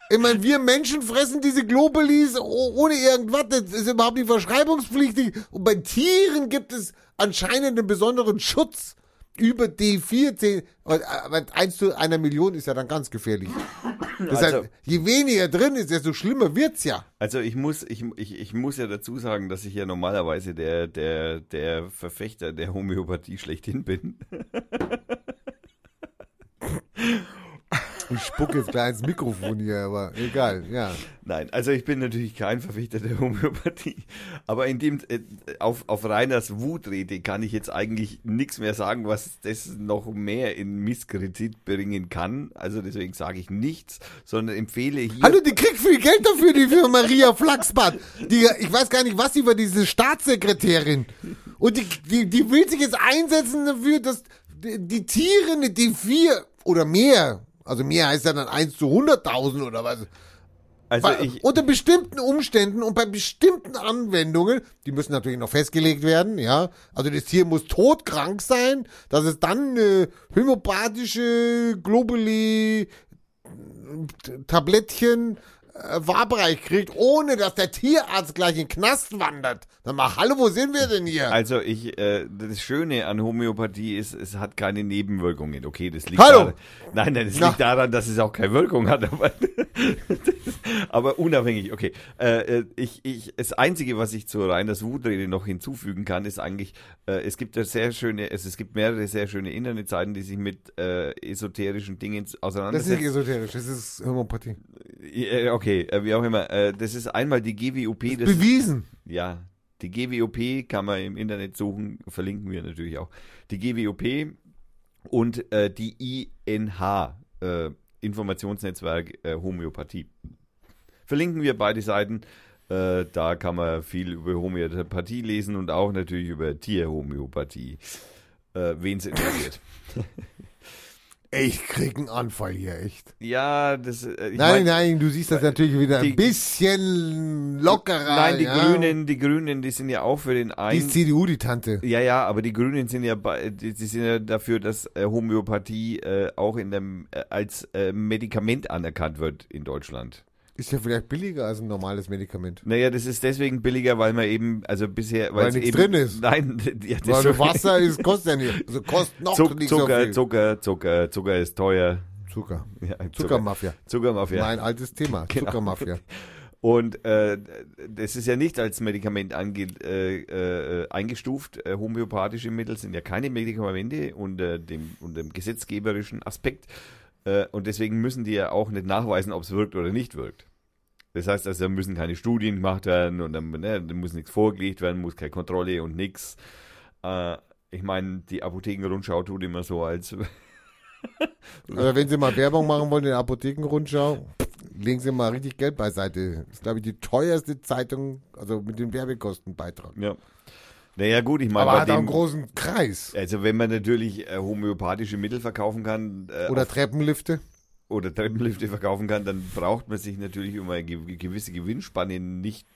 B: Ich meine, wir Menschen fressen diese Globalis o- ohne irgendwas. Das ist überhaupt nicht verschreibungspflichtig. Und bei Tieren gibt es anscheinend einen besonderen Schutz über D14. Aber aber 1 zu einer Million ist ja dann ganz gefährlich. Das
A: Also-
B: heißt, je weniger drin ist, desto schlimmer wird's ja.
A: also ich muss, ich, ich, ich muss ja dazu sagen, dass ich ja normalerweise der, der, der Verfechter der Homöopathie schlechthin bin.
B: Ich spucke jetzt gleich ins Mikrofon hier, aber egal, ja.
A: Nein, also ich bin natürlich kein Verfechter der Homöopathie. Aber in dem, äh, auf, auf Reiners Wutrede kann ich jetzt eigentlich nichts mehr sagen, was das noch mehr in Misskredit bringen kann. Also deswegen sage ich nichts, sondern empfehle hier.
B: Hallo, die kriegt viel Geld dafür, die für Maria Flachsbart. Die, ich weiß gar nicht, was sie über diese Staatssekretärin. Und die, die, die will sich jetzt einsetzen dafür, dass die die Tiere eine D4 oder mehr, also mehr heißt ja dann 1 zu 100.000 oder was,
A: also
B: bei,
A: ich,
B: unter bestimmten Umständen und bei bestimmten Anwendungen, die müssen natürlich noch festgelegt werden, ja. Also das Tier muss todkrank sein, dass es dann eine homöopathische Globuli äh, Tablettchen äh, Wabreich kriegt, ohne dass der Tierarzt gleich in den Knast wandert. Dann mal, hallo, wo sind wir denn hier?
A: Also ich, äh, das Schöne an Homöopathie ist, es hat keine Nebenwirkungen. Okay, das liegt
B: Hallo!
A: daran. Nein, nein, das
B: Na.
A: liegt daran, dass es auch keine Wirkung hat. Aber, aber unabhängig, okay. Äh, äh, ich, ich, das Einzige, was ich zu Reiners Wutrede noch hinzufügen kann, ist eigentlich, äh, es gibt ja sehr schöne, es, es gibt mehrere sehr schöne Internetseiten, die sich mit äh, esoterischen Dingen
B: Das ist nicht
A: auseinandersetzen.
B: esoterisch, das ist Homöopathie.
A: Äh, okay, äh, wie auch immer. Äh, das ist einmal die GWOP. das ist-
B: Bewiesen.
A: ja, die GWOP kann man im Internet suchen, verlinken wir natürlich auch. Die GWOP und äh, die INH, äh, Informationsnetzwerk äh, Homöopathie. Verlinken wir beide Seiten. Äh, da kann man viel über Homöopathie lesen und auch natürlich über Tierhomöopathie. Äh, Wen es interessiert.
B: Ey, ich krieg einen Anfall hier, echt.
A: Ja, das. äh, Ich mein,
B: nein, nein, du siehst das natürlich wieder
A: die-
B: ein bisschen lockerer.
A: Nein, die
B: ja.
A: Grünen, die Grünen, die sind ja auch für den
B: Die
A: einen.
B: ist CDU, die Tante.
A: Ja, ja, aber die Grünen sind ja, bei- die, die sind ja dafür, dass äh, Homöopathie äh, auch in dem, äh, als äh, Medikament anerkannt wird in Deutschland.
B: Ist ja vielleicht billiger als ein normales Medikament.
A: Naja, das ist deswegen billiger, weil man eben, also bisher,
B: Weil
A: es
B: nichts
A: eben,
B: drin ist.
A: Nein, ja, das
B: Weil
A: so-
B: Wasser ist, kostet ja nicht. Also kostet noch
A: Zuck,
B: nicht so
A: Zucker,
B: viel.
A: Zucker, Zucker, Zucker ist teuer.
B: Zucker.
A: Ja,
B: Zuckermafia.
A: Zuckermafia.
B: Mein altes Thema.
A: Genau.
B: Zuckermafia.
A: Und äh, das ist ja nicht als Medikament ange, äh, äh, eingestuft. Äh, homöopathische Mittel sind ja keine Medikamente unter dem, unter dem gesetzgeberischen Aspekt. Äh, und deswegen müssen die ja auch nicht nachweisen, ob es wirkt oder nicht wirkt. Das heißt, also da müssen keine Studien gemacht werden und dann, ne, da muss nichts vorgelegt werden, muss keine Kontrolle und nichts. Äh, ich meine, die Apothekenrundschau tut immer so, als
B: Also wenn Sie mal Werbung machen wollen in der Apothekenrundschau, legen Sie mal richtig Geld beiseite. Das ist, glaube ich, die teuerste Zeitung, also mit dem Werbekostenbeitrag.
A: ja. Naja, gut, ich meine,
B: Aber
A: bei
B: hat auch einen
A: dem,
B: großen Kreis.
A: Also wenn man natürlich äh, homöopathische Mittel verkaufen kann äh,
B: Oder Treppenlifte.
A: oder Treppenlifte verkaufen kann, dann braucht man sich natürlich über eine ge- gewisse Gewinnspanne nicht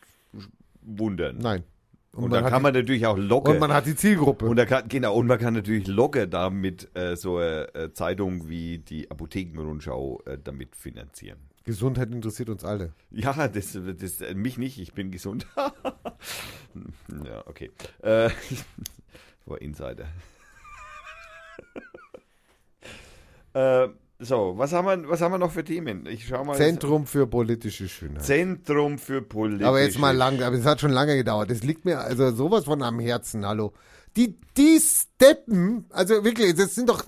A: wundern.
B: Nein.
A: und,
B: man
A: da
B: hat
A: kann man natürlich auch locker.
B: Und man hat die Zielgruppe.
A: und da kann, genau, und man kann natürlich locker damit äh, so eine äh, Zeitung wie die Apothekenrundschau äh, damit finanzieren.
B: Gesundheit interessiert uns alle.
A: Ja, das, das äh, mich nicht, ich bin gesund. ja, okay. Äh, war Insider. äh, so, was haben, wir, was haben wir noch für Themen? Ich schau mal.
B: Zentrum für politische Schönheit.
A: Zentrum für Politik.
B: aber jetzt mal lang, aber es hat schon lange gedauert. Das liegt mir also sowas von am Herzen, hallo. Die, die Steppen, also wirklich, das sind doch,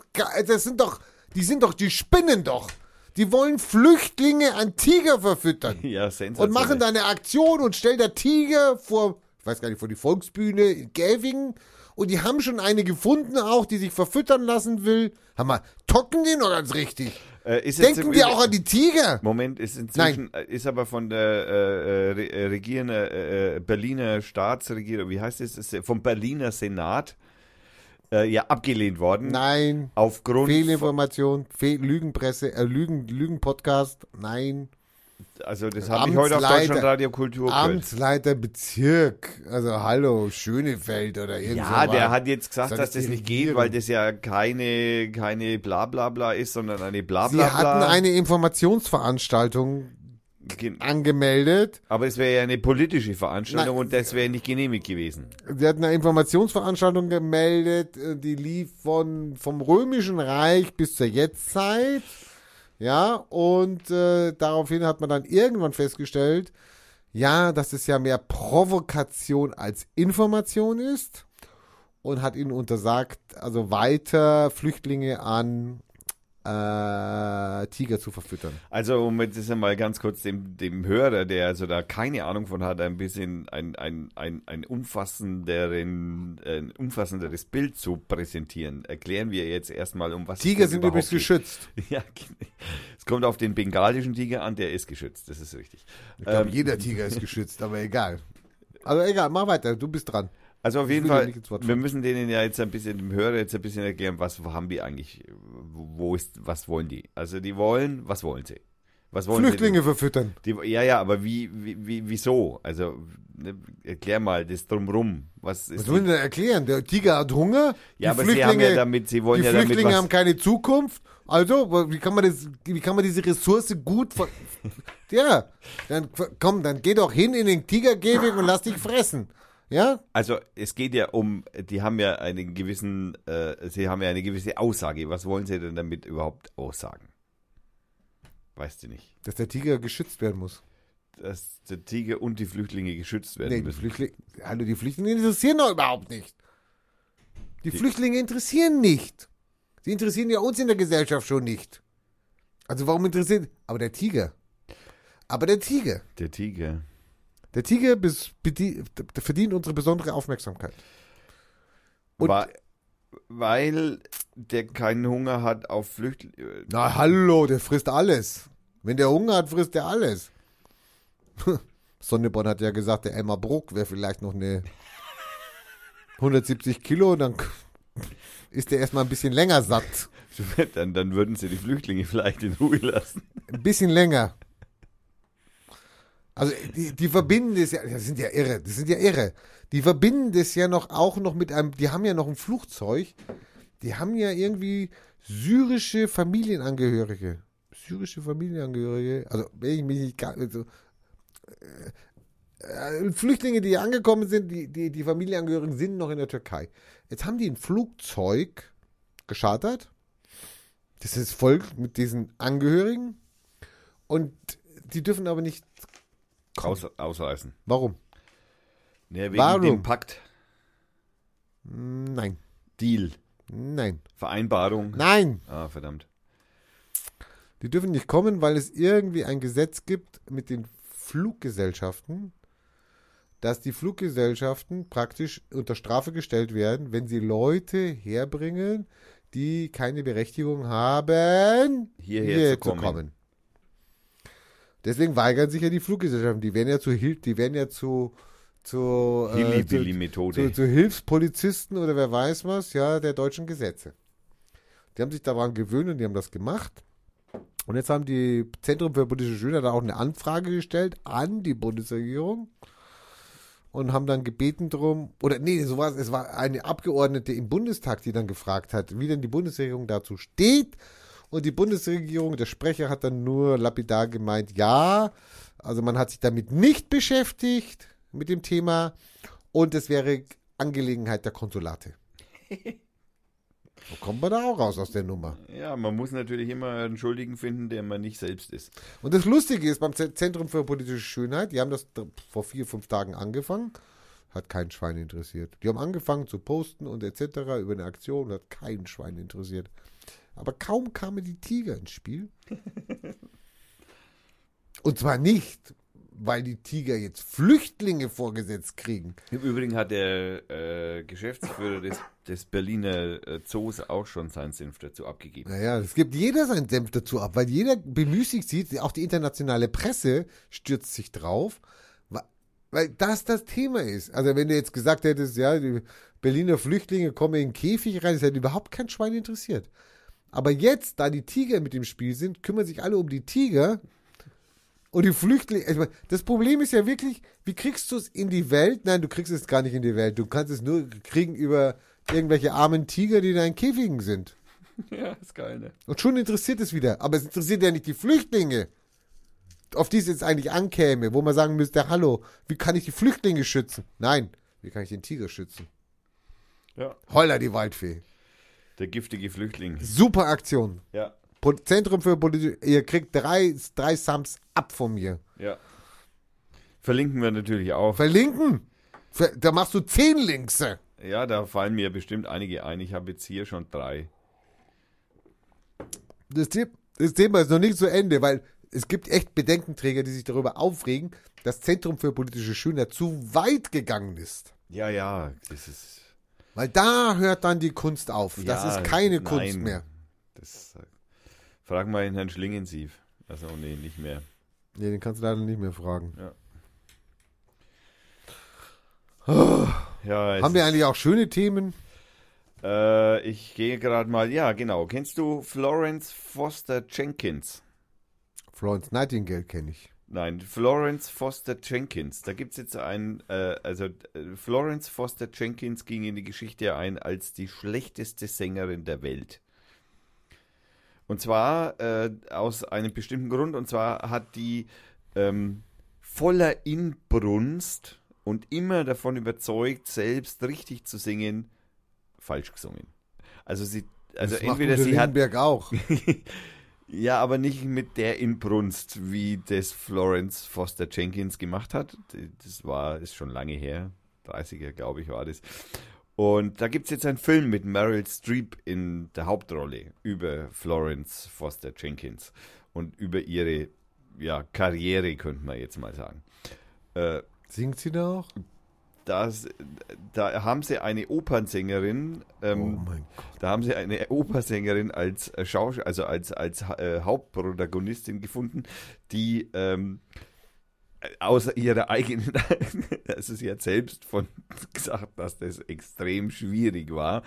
B: das sind doch, die sind doch, die spinnen doch. Die wollen Flüchtlinge an Tiger verfüttern.
A: Ja, sensationell.
B: und machen da eine Aktion und stellen da Tiger vor, ich weiß gar nicht, vor die Volksbühne in Gävingen. Und die haben schon eine gefunden auch, die sich verfüttern lassen will. Hör mal, tocken die noch ganz richtig?
A: Äh, ist jetzt
B: Denken
A: im
B: wir
A: Übrigen-
B: auch an die Tiger?
A: Moment, ist inzwischen, äh, ist aber von der äh, äh, re- äh, regierende, äh, äh, Berliner Staatsregierung, wie heißt es, ist, äh, vom Berliner Senat äh, ja abgelehnt worden.
B: Nein.
A: Aufgrund von-
B: Fehlinformation, Fe Lügenpresse, äh, Lügen, Lügenpodcast, nein.
A: Also das habe ich heute auf
B: Amtsleiter.
A: Deutschlandradio Kultur gehört.
B: Amtsleiter Bezirk, also hallo, Schönefeld oder irgendwas.
A: Ja, der hat jetzt gesagt,
B: Soll
A: dass
B: das
A: das
B: die
A: nicht geht,
B: Regierung?
A: weil das ja keine, keine Blablabla ist, sondern eine
B: Sie
A: Blablabla.
B: hatten eine Informationsveranstaltung
A: Gen-
B: angemeldet.
A: Aber es wäre ja eine politische Veranstaltung
B: Nein.
A: und das wäre nicht genehmigt gewesen.
B: Sie hatten eine Informationsveranstaltung gemeldet, äh, die lief von, vom Römischen Reich bis zur Jetztzeit. Ja, und äh, daraufhin hat man dann irgendwann festgestellt, ja, dass es ja mehr Provokation als Information ist und hat ihnen untersagt, also weiter Flüchtlinge an äh, Tiger zu verfüttern.
A: Also um jetzt mal ganz kurz dem, dem Hörer, der also da keine Ahnung von hat, ein bisschen ein, ein, ein, ein, umfassenderen, ein umfassenderes Bild zu präsentieren, erklären wir jetzt erstmal, um was es
B: Tiger
A: denn
B: sind
A: überhaupt
B: übrigens
A: geht.
B: geschützt.
A: Ja, es kommt auf den bengalischen Tiger an, der ist geschützt, das ist richtig.
B: Ich glaube,
A: Ähm,
B: jeder Tiger ist geschützt, aber egal. Also egal, mach weiter, du bist dran.
A: also auf jeden
B: will dir
A: Fall,
B: nicht ins Wort
A: wir
B: fallen.
A: müssen denen ja jetzt ein bisschen, dem Hörer jetzt ein bisschen erklären, was haben die eigentlich, wo ist, was wollen die? Also die wollen, was wollen sie? Was wollen sie denn?
B: Flüchtlinge verfüttern.
A: Die, ja, ja, aber wie, wie, wie wieso? Also ne, erklär mal das drumrum. Was ist
B: Was wollen wir denn erklären? Der Tiger hat Hunger.
A: ja, aber sie haben ja damit, sie wollen
B: die
A: ja damit
B: Flüchtlinge
A: was,
B: haben keine Zukunft. Also, wo- wie kann man das, wie kann man diese Ressource gut ver Ja, dann ver- komm, dann geh doch hin in den Tigerkäfig und lass dich fressen. Ja?
A: Also es geht ja um, die haben ja einen gewissen, äh, sie haben ja eine gewisse Aussage. Was wollen sie denn damit überhaupt aussagen? Weißt du nicht.
B: Dass der Tiger geschützt werden muss.
A: Dass der Tiger und die Flüchtlinge geschützt werden
B: Nee, die
A: müssen.
B: Flüchtlinge, hallo, die Flüchtlinge interessieren doch überhaupt nicht. Die, Flüchtlinge interessieren nicht. Sie interessieren ja uns in der Gesellschaft schon nicht. Also warum interessiert, aber der Tiger. Aber der Tiger.
A: der Tiger.
B: Der Tiger bes- bedient- verdient unsere besondere Aufmerksamkeit. Und-
A: Wa- weil der keinen Hunger hat auf Flüchtlinge.
B: Na hallo, der frisst alles. Wenn der Hunger hat, frisst er alles. Sonneborn hat ja gesagt, der Elmar Bruck wäre vielleicht noch eine 170 Kilo, dann ist der erstmal ein bisschen länger satt.
A: Dann, dann würden sie die Flüchtlinge vielleicht in Ruhe lassen.
B: Ein bisschen länger. Also die, die verbinden das ja, das sind ja irre, das sind ja irre. Die verbinden das ja noch auch noch mit einem, die haben ja noch ein Flugzeug, die haben ja irgendwie syrische Familienangehörige. Syrische Familienangehörige, also wenn ich mich nicht gar, also, äh, äh, Flüchtlinge, die hier angekommen sind, die, die, die Familienangehörigen sind noch in der Türkei. Jetzt haben die ein Flugzeug geschartert, das ist voll mit diesen Angehörigen und die dürfen aber nicht
A: Aus, ausreißen.
B: Warum?
A: Nee, Ne, wegen
B: Warum?
A: dem Pakt,
B: Nein.
A: Deal,
B: Nein.
A: Vereinbarung.
B: Nein.
A: Ah, verdammt.
B: Die dürfen nicht kommen, weil es irgendwie ein Gesetz gibt mit den Fluggesellschaften, dass die Fluggesellschaften praktisch unter Strafe gestellt werden, wenn sie Leute herbringen, die keine Berechtigung haben,
A: Hierher zu kommen.
B: Deswegen weigern sich ja die Fluggesellschaften. Die werden ja zu Hil die werden ja zu zu, äh, zu,
A: Hilly-Billy-Methode.
B: zu, zu Hilfspolizisten oder wer weiß was, ja, der deutschen Gesetze. Die haben sich daran gewöhnt und die haben das gemacht. Und jetzt haben die Zentrum für politische Schüler da auch eine Anfrage gestellt an die Bundesregierung und haben dann gebeten drum, oder nee, so war es, es war eine Abgeordnete im Bundestag, die dann gefragt hat, wie denn die Bundesregierung dazu steht. Und die Bundesregierung, der Sprecher hat dann nur lapidar gemeint, ja, also man hat sich damit nicht beschäftigt, mit dem Thema, und es wäre Angelegenheit der Konsulate. So kommt man da auch raus aus der Nummer.
A: Ja, man muss natürlich immer einen Schuldigen finden, der man nicht selbst ist.
B: Und das Lustige ist, beim Z- Zentrum für politische Schönheit, die haben das d- vor vier, fünf Tagen angefangen, hat kein Schwein interessiert. Die haben angefangen zu posten und etc. über eine Aktion, hat kein Schwein interessiert. Aber kaum kamen die Tiger ins Spiel. Und zwar nicht, weil die Tiger jetzt Flüchtlinge vorgesetzt kriegen.
A: Im Übrigen hat der äh, Geschäftsführer des, des Berliner äh, Zoos auch schon seinen Senf dazu abgegeben.
B: Naja, es gibt jeder seinen Senf dazu ab, weil jeder bemüßigt sieht, auch die internationale Presse stürzt sich drauf, wa- weil das das Thema ist. Also wenn du jetzt gesagt hättest, ja, die Berliner Flüchtlinge kommen in den Käfig rein, das hätte überhaupt kein Schwein interessiert. Aber jetzt, da die Tiger mit im Spiel sind, kümmern sich alle um die Tiger und die Flüchtlinge. Ich meine, das Problem ist ja wirklich, wie kriegst du es in die Welt? Nein, du kriegst es gar nicht in die Welt. Du kannst es nur kriegen über irgendwelche armen Tiger, die da in Käfigen sind.
A: Ja, ist geil, ne?
B: Und schon interessiert es wieder. Aber es interessiert ja nicht die Flüchtlinge, auf die es jetzt eigentlich ankäme, wo man sagen müsste, hallo, wie kann ich die Flüchtlinge schützen? Nein, wie kann ich den Tiger schützen?
A: Ja.
B: Holla die Waldfee.
A: Der giftige Flüchtling.
B: Super Aktion.
A: Ja,
B: Po- Zentrum für Politik. Ihr kriegt drei, drei Sums ab von mir.
A: ja. Verlinken wir natürlich auch.
B: Verlinken. Ver- Da machst du zehn Links.
A: Ja, da fallen mir bestimmt einige ein. Ich habe jetzt hier schon drei.
B: das, The- das Thema ist noch nicht zu Ende, weil es gibt echt Bedenkenträger, die sich darüber aufregen, dass Zentrum für politische Schönheit zu weit gegangen ist.
A: Ja, ja, das ist.
B: Weil da hört dann die Kunst auf. das
A: Ja,
B: ist keine
A: nein.
B: Kunst mehr.
A: Das, äh, frag mal den Herrn Schlingensief. Also, nee, nicht mehr.
B: Nee, den kannst du leider nicht mehr fragen.
A: Ja, es
B: Haben wir eigentlich auch schöne Themen?
A: Äh, ich gehe gerade mal. Ja, genau. Kennst du Florence Foster Jenkins?
B: Florence Nightingale kenne ich.
A: Nein, Florence Foster Jenkins. Da gibt es jetzt einen. Äh, also, äh, Florence Foster Jenkins ging in die Geschichte ein als die schlechteste Sängerin der Welt. Und zwar äh, aus einem bestimmten Grund. Und zwar hat die ähm, voller Inbrunst und immer davon überzeugt, selbst richtig zu singen, falsch gesungen. Also sie, also
B: das
A: entweder
B: macht Udo
A: sie hat
B: Lindenberg auch.
A: ja, aber nicht mit der Inbrunst, wie das Florence Foster Jenkins gemacht hat. Das war, ist schon lange her. 30er, glaube ich, war das. Und da gibt es jetzt einen Film mit Meryl Streep in der Hauptrolle über Florence Foster Jenkins und über ihre ja, Karriere, könnte man jetzt mal sagen. Äh,
B: Singt sie da auch?
A: das, da haben sie eine Opernsängerin ähm,
B: oh mein Gott.
A: da haben sie eine Opernsängerin als äh, Schausch also als, als äh, Hauptprotagonistin gefunden, die ähm, außer ihrer eigenen, also sie hat selbst von gesagt, dass das extrem schwierig war.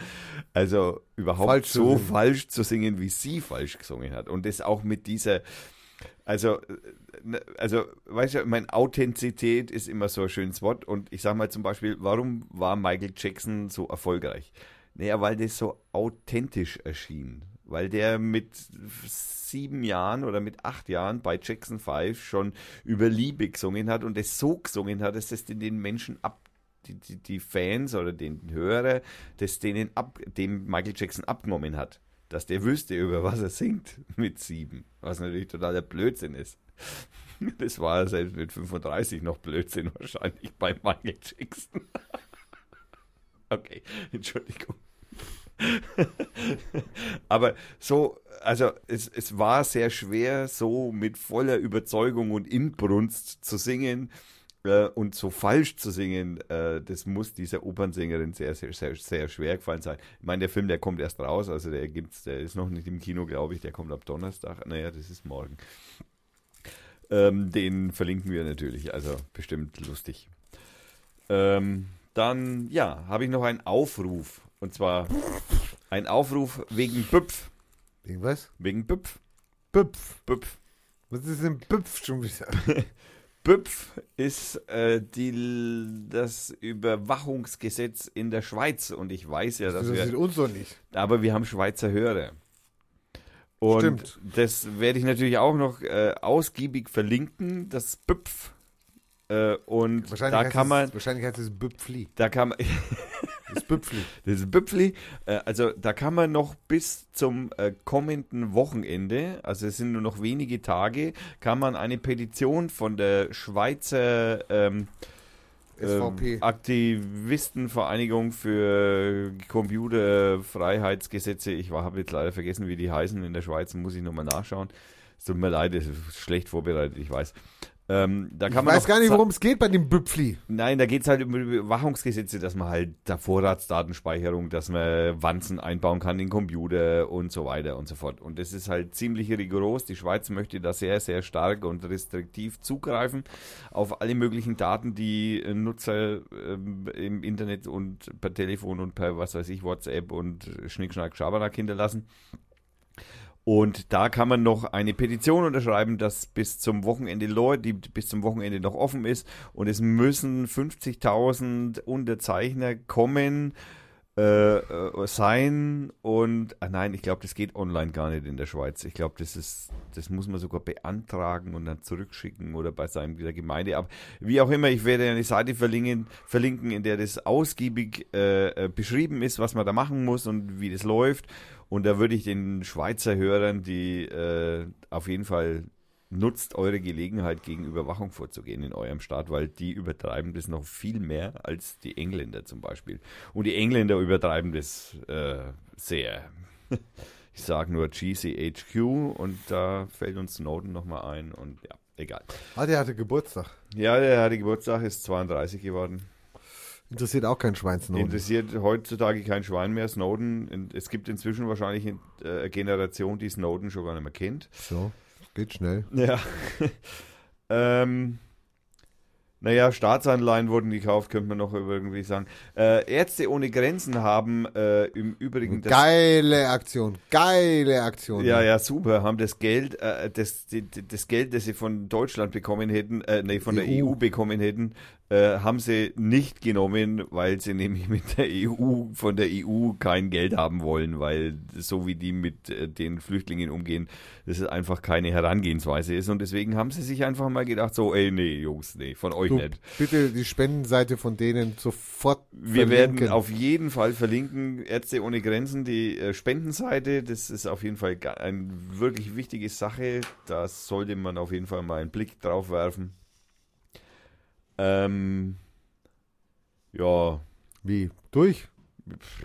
A: Also überhaupt
B: Falsch zu
A: so
B: singen.
A: falsch zu singen, wie sie falsch gesungen hat. Und das auch mit dieser, also, äh, ne, also, weißt du, mein Authentizität ist immer so ein schönes Wort. Und ich sag mal zum Beispiel, warum war Michael Jackson so erfolgreich? Naja, weil das so authentisch erschien. Weil der mit sieben Jahren oder mit acht Jahren bei Jackson 5 schon über Liebe gesungen hat und es so gesungen hat, dass das den- den Menschen ab, die, die, die Fans oder den Hörer, das denen ab, dem Michael Jackson abgenommen hat. Dass der wüsste, über was er singt mit sieben. Was natürlich totaler Blödsinn ist. Das war selbst mit 35 noch Blödsinn wahrscheinlich bei Michael Jackson. Okay, Entschuldigung. Aber so, also es, es war sehr schwer, so mit voller Überzeugung und Inbrunst zu singen äh, und so falsch zu singen. Äh, das muss dieser Opernsängerin sehr, sehr, sehr, sehr schwer gefallen sein. Ich meine, der Film, der kommt erst raus, also der gibt's, der ist noch nicht im Kino, glaube ich, der kommt ab Donnerstag. Naja, das ist morgen. Ähm, den verlinken wir natürlich, also bestimmt lustig. Ähm, dann, ja, habe ich noch einen Aufruf. Und zwar ein Aufruf wegen Büpf.
B: Irgendwas?
A: Wegen Büpf.
B: Büpf.
A: Büpf.
B: Was ist denn Büpf schon wieder?
A: Büpf ist äh, die, das Überwachungsgesetz in der Schweiz. Und ich weiß ja, dass
B: Das
A: wir
B: sieht uns doch nicht.
A: aber wir haben Schweizer Hörer. Und
B: Stimmt.
A: das werde ich natürlich auch noch äh, ausgiebig verlinken, das BÜPF. Äh, und
B: Wahrscheinlich,
A: da
B: heißt
A: kann
B: es,
A: man,
B: wahrscheinlich heißt es Büpfli.
A: da kann man,
B: Das ist Büpfli.
A: das ist Büpfli, äh, also da kann man noch bis zum äh, kommenden Wochenende, also es sind nur noch wenige Tage, kann man eine Petition von der Schweizer ähm,
B: SVP.
A: ähm, Aktivistenvereinigung für Computerfreiheitsgesetze. Ich habe jetzt leider vergessen, wie die heißen in der Schweiz. Muss ich nochmal nachschauen. Es tut mir leid, es ist schlecht vorbereitet, ich weiß. Ähm, da
B: ich
A: kann man
B: weiß
A: noch
B: gar nicht,
A: za-
B: worum es geht bei dem Büpfli.
A: Nein, da geht's halt um Überwachungsgesetze, dass man halt da Vorratsdatenspeicherung, dass man Wanzen einbauen kann in Computer und so weiter und so fort. Und das ist halt ziemlich rigoros. Die Schweiz möchte da sehr, sehr stark und restriktiv zugreifen auf alle möglichen Daten, die äh, Nutzer ähm, im Internet und per Telefon und per was weiß ich, WhatsApp und Schnickschnack Schabernack hinterlassen. Und da kann man noch eine Petition unterschreiben, dass bis zum Wochenende Leute, die bis zum Wochenende noch offen ist. Und es müssen 50.000 Unterzeichner kommen, äh, äh, sein. Und ah nein, ich glaube, das geht online gar nicht in der Schweiz. Ich glaube, das ist, das muss man sogar beantragen und dann zurückschicken oder bei seinem der Gemeinde. Aber wie auch immer, ich werde eine Seite verlinken, verlinken in der das ausgiebig äh, äh, beschrieben ist, was man da machen muss und wie das läuft. Und da würde ich den Schweizer Hörern, die äh, auf jeden Fall nutzt eure Gelegenheit, gegen Überwachung vorzugehen in eurem Staat, weil die übertreiben das noch viel mehr als die Engländer zum Beispiel. Und die Engländer übertreiben das äh, sehr. Ich sage nur GCHQ und da fällt uns Snowden nochmal ein und ja, egal.
B: Ah, der hatte Geburtstag.
A: Ja, der hatte Geburtstag, ist 32 geworden.
B: Interessiert auch kein Schweinsnoten.
A: Interessiert heutzutage kein Schwein mehr Snowden. Und Es gibt inzwischen wahrscheinlich äh, eine Generation, die Snowden schon gar nicht mehr kennt.
B: So, geht schnell.
A: Ja. ähm, naja, Staatsanleihen wurden gekauft, könnte man noch irgendwie sagen. Äh, Ärzte ohne Grenzen haben äh, im Übrigen das
B: Geile Aktion. Geile Aktion.
A: Ja, ja, super. Haben das Geld, äh, das, die, die- das Geld, das sie von Deutschland bekommen hätten, äh, nee, von der
B: EU.
A: EU bekommen hätten, äh, haben sie nicht genommen, weil sie nämlich mit der EU, von der EU kein Geld haben wollen, weil so wie die mit äh, den Flüchtlingen umgehen, das ist einfach keine Herangehensweise ist. Und deswegen haben sie sich einfach mal gedacht, so, ey, nee, Jungs, nee, von euch
B: Du,
A: nicht.
B: bitte die Spendenseite von denen sofort.
A: Wir
B: verlinken.
A: werden auf jeden Fall verlinken, Ärzte ohne Grenzen, die äh, Spendenseite. Das ist auf jeden Fall ga- eine wirklich wichtige Sache. Da sollte man auf jeden Fall mal einen Blick drauf werfen. Ähm, ja,
B: Wie? Durch?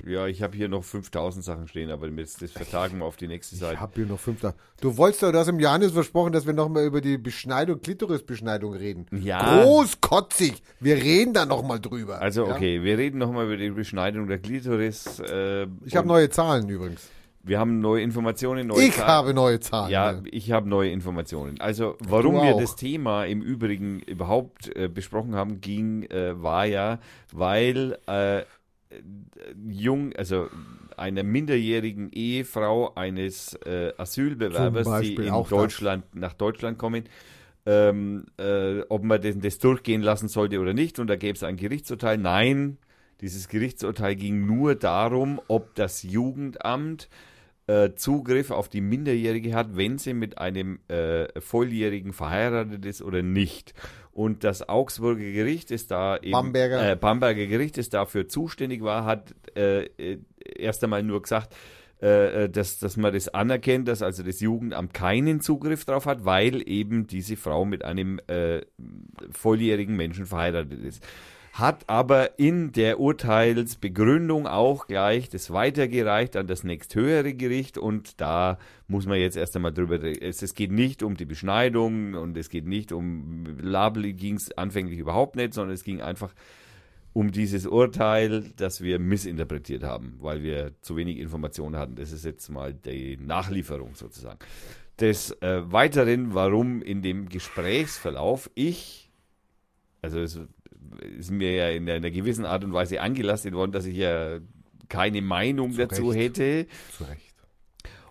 A: ja, ich habe hier noch 5000 Sachen stehen, aber das, das vertagen wir auf die nächste
B: Ich
A: Seite.
B: hab hier noch fünf da. Du wolltest doch, du hast im Johannes versprochen, dass wir nochmal über die Beschneidung, Klitorisbeschneidung reden.
A: Ja.
B: Großkotzig. Wir reden da nochmal drüber.
A: Also
B: Ja?
A: okay, wir reden nochmal über die Beschneidung der Klitoris. Äh,
B: Ich habe
A: und-
B: neue Zahlen übrigens.
A: Wir haben neue Informationen, neue
B: Ich
A: Zahlen.
B: habe neue Zahlen. Äh,
A: Ja, ich habe neue Informationen. Also, warum
B: Du
A: wir
B: auch.
A: das Thema im Übrigen überhaupt äh, besprochen haben, ging, äh, war ja, weil äh, jung, also einer minderjährigen Ehefrau eines äh,
B: Zum
A: Asylbewerbers, die
B: Beispiel
A: in
B: auch das.
A: Deutschland nach Deutschland kommen, ähm, äh, ob man das, das durchgehen lassen sollte oder nicht. Und da gäbe es ein Gerichtsurteil. Nein, dieses Gerichtsurteil ging nur darum, ob das Jugendamt äh, Zugriff auf die Minderjährige hat, wenn sie mit einem äh, Volljährigen verheiratet ist oder nicht. Und das Augsburger Gericht ist da eben,
B: Bamberger.
A: äh, Bamberger Gericht ist dafür zuständig war, hat äh, äh, erst einmal nur gesagt, äh, äh, dass, dass man das anerkennt, dass also das Jugendamt keinen Zugriff drauf hat, weil eben diese Frau mit einem äh, volljährigen Menschen verheiratet ist. Hat aber in der Urteilsbegründung auch gleich das weitergereicht an das nächsthöhere Gericht und da muss man jetzt erst einmal drüber reden. Es, es geht nicht um die Beschneidung und es geht nicht um Label, ging es anfänglich überhaupt nicht, sondern es ging einfach um dieses Urteil, das wir missinterpretiert haben, weil wir zu wenig Informationen hatten. Das ist jetzt mal die Nachlieferung sozusagen. Des äh, Weiteren, warum in dem Gesprächsverlauf ich, also es ist mir ja in einer gewissen Art und Weise angelastet worden, dass ich ja keine Meinung dazu
B: Recht.
A: hätte.
B: Zu Recht.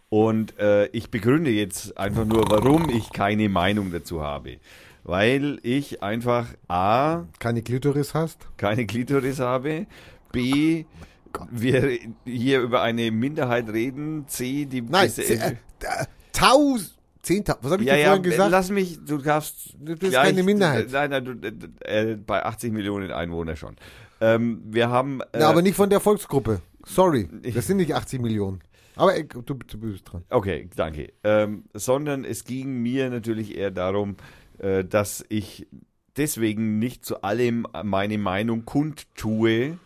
A: Und äh, ich begründe jetzt einfach nur, warum ich keine Meinung dazu habe. Weil ich einfach A,
B: Keine Glitoris hast?
A: keine Klitoris habe. B, wir hier über eine Minderheit reden. C, die.
B: Nein,
A: diese-
B: zeh- äh, äh, tausend, zehntausend, was habe ich
A: ja,
B: dir
A: ja,
B: vorhin gesagt?
A: lass mich, du darfst.
B: Du bist keine Minderheit.
A: Nein, nein, du, äh, bei 80 Millionen Einwohner schon. Ähm, wir haben. Äh,
B: Na, aber nicht von der Volksgruppe. Sorry,
A: Ich-
B: das sind nicht 80 Millionen. Aber äh, du, du bist dran.
A: Okay, danke. Ähm, sondern es ging mir natürlich eher darum, äh, dass ich deswegen nicht zu allem meine Meinung kundtue,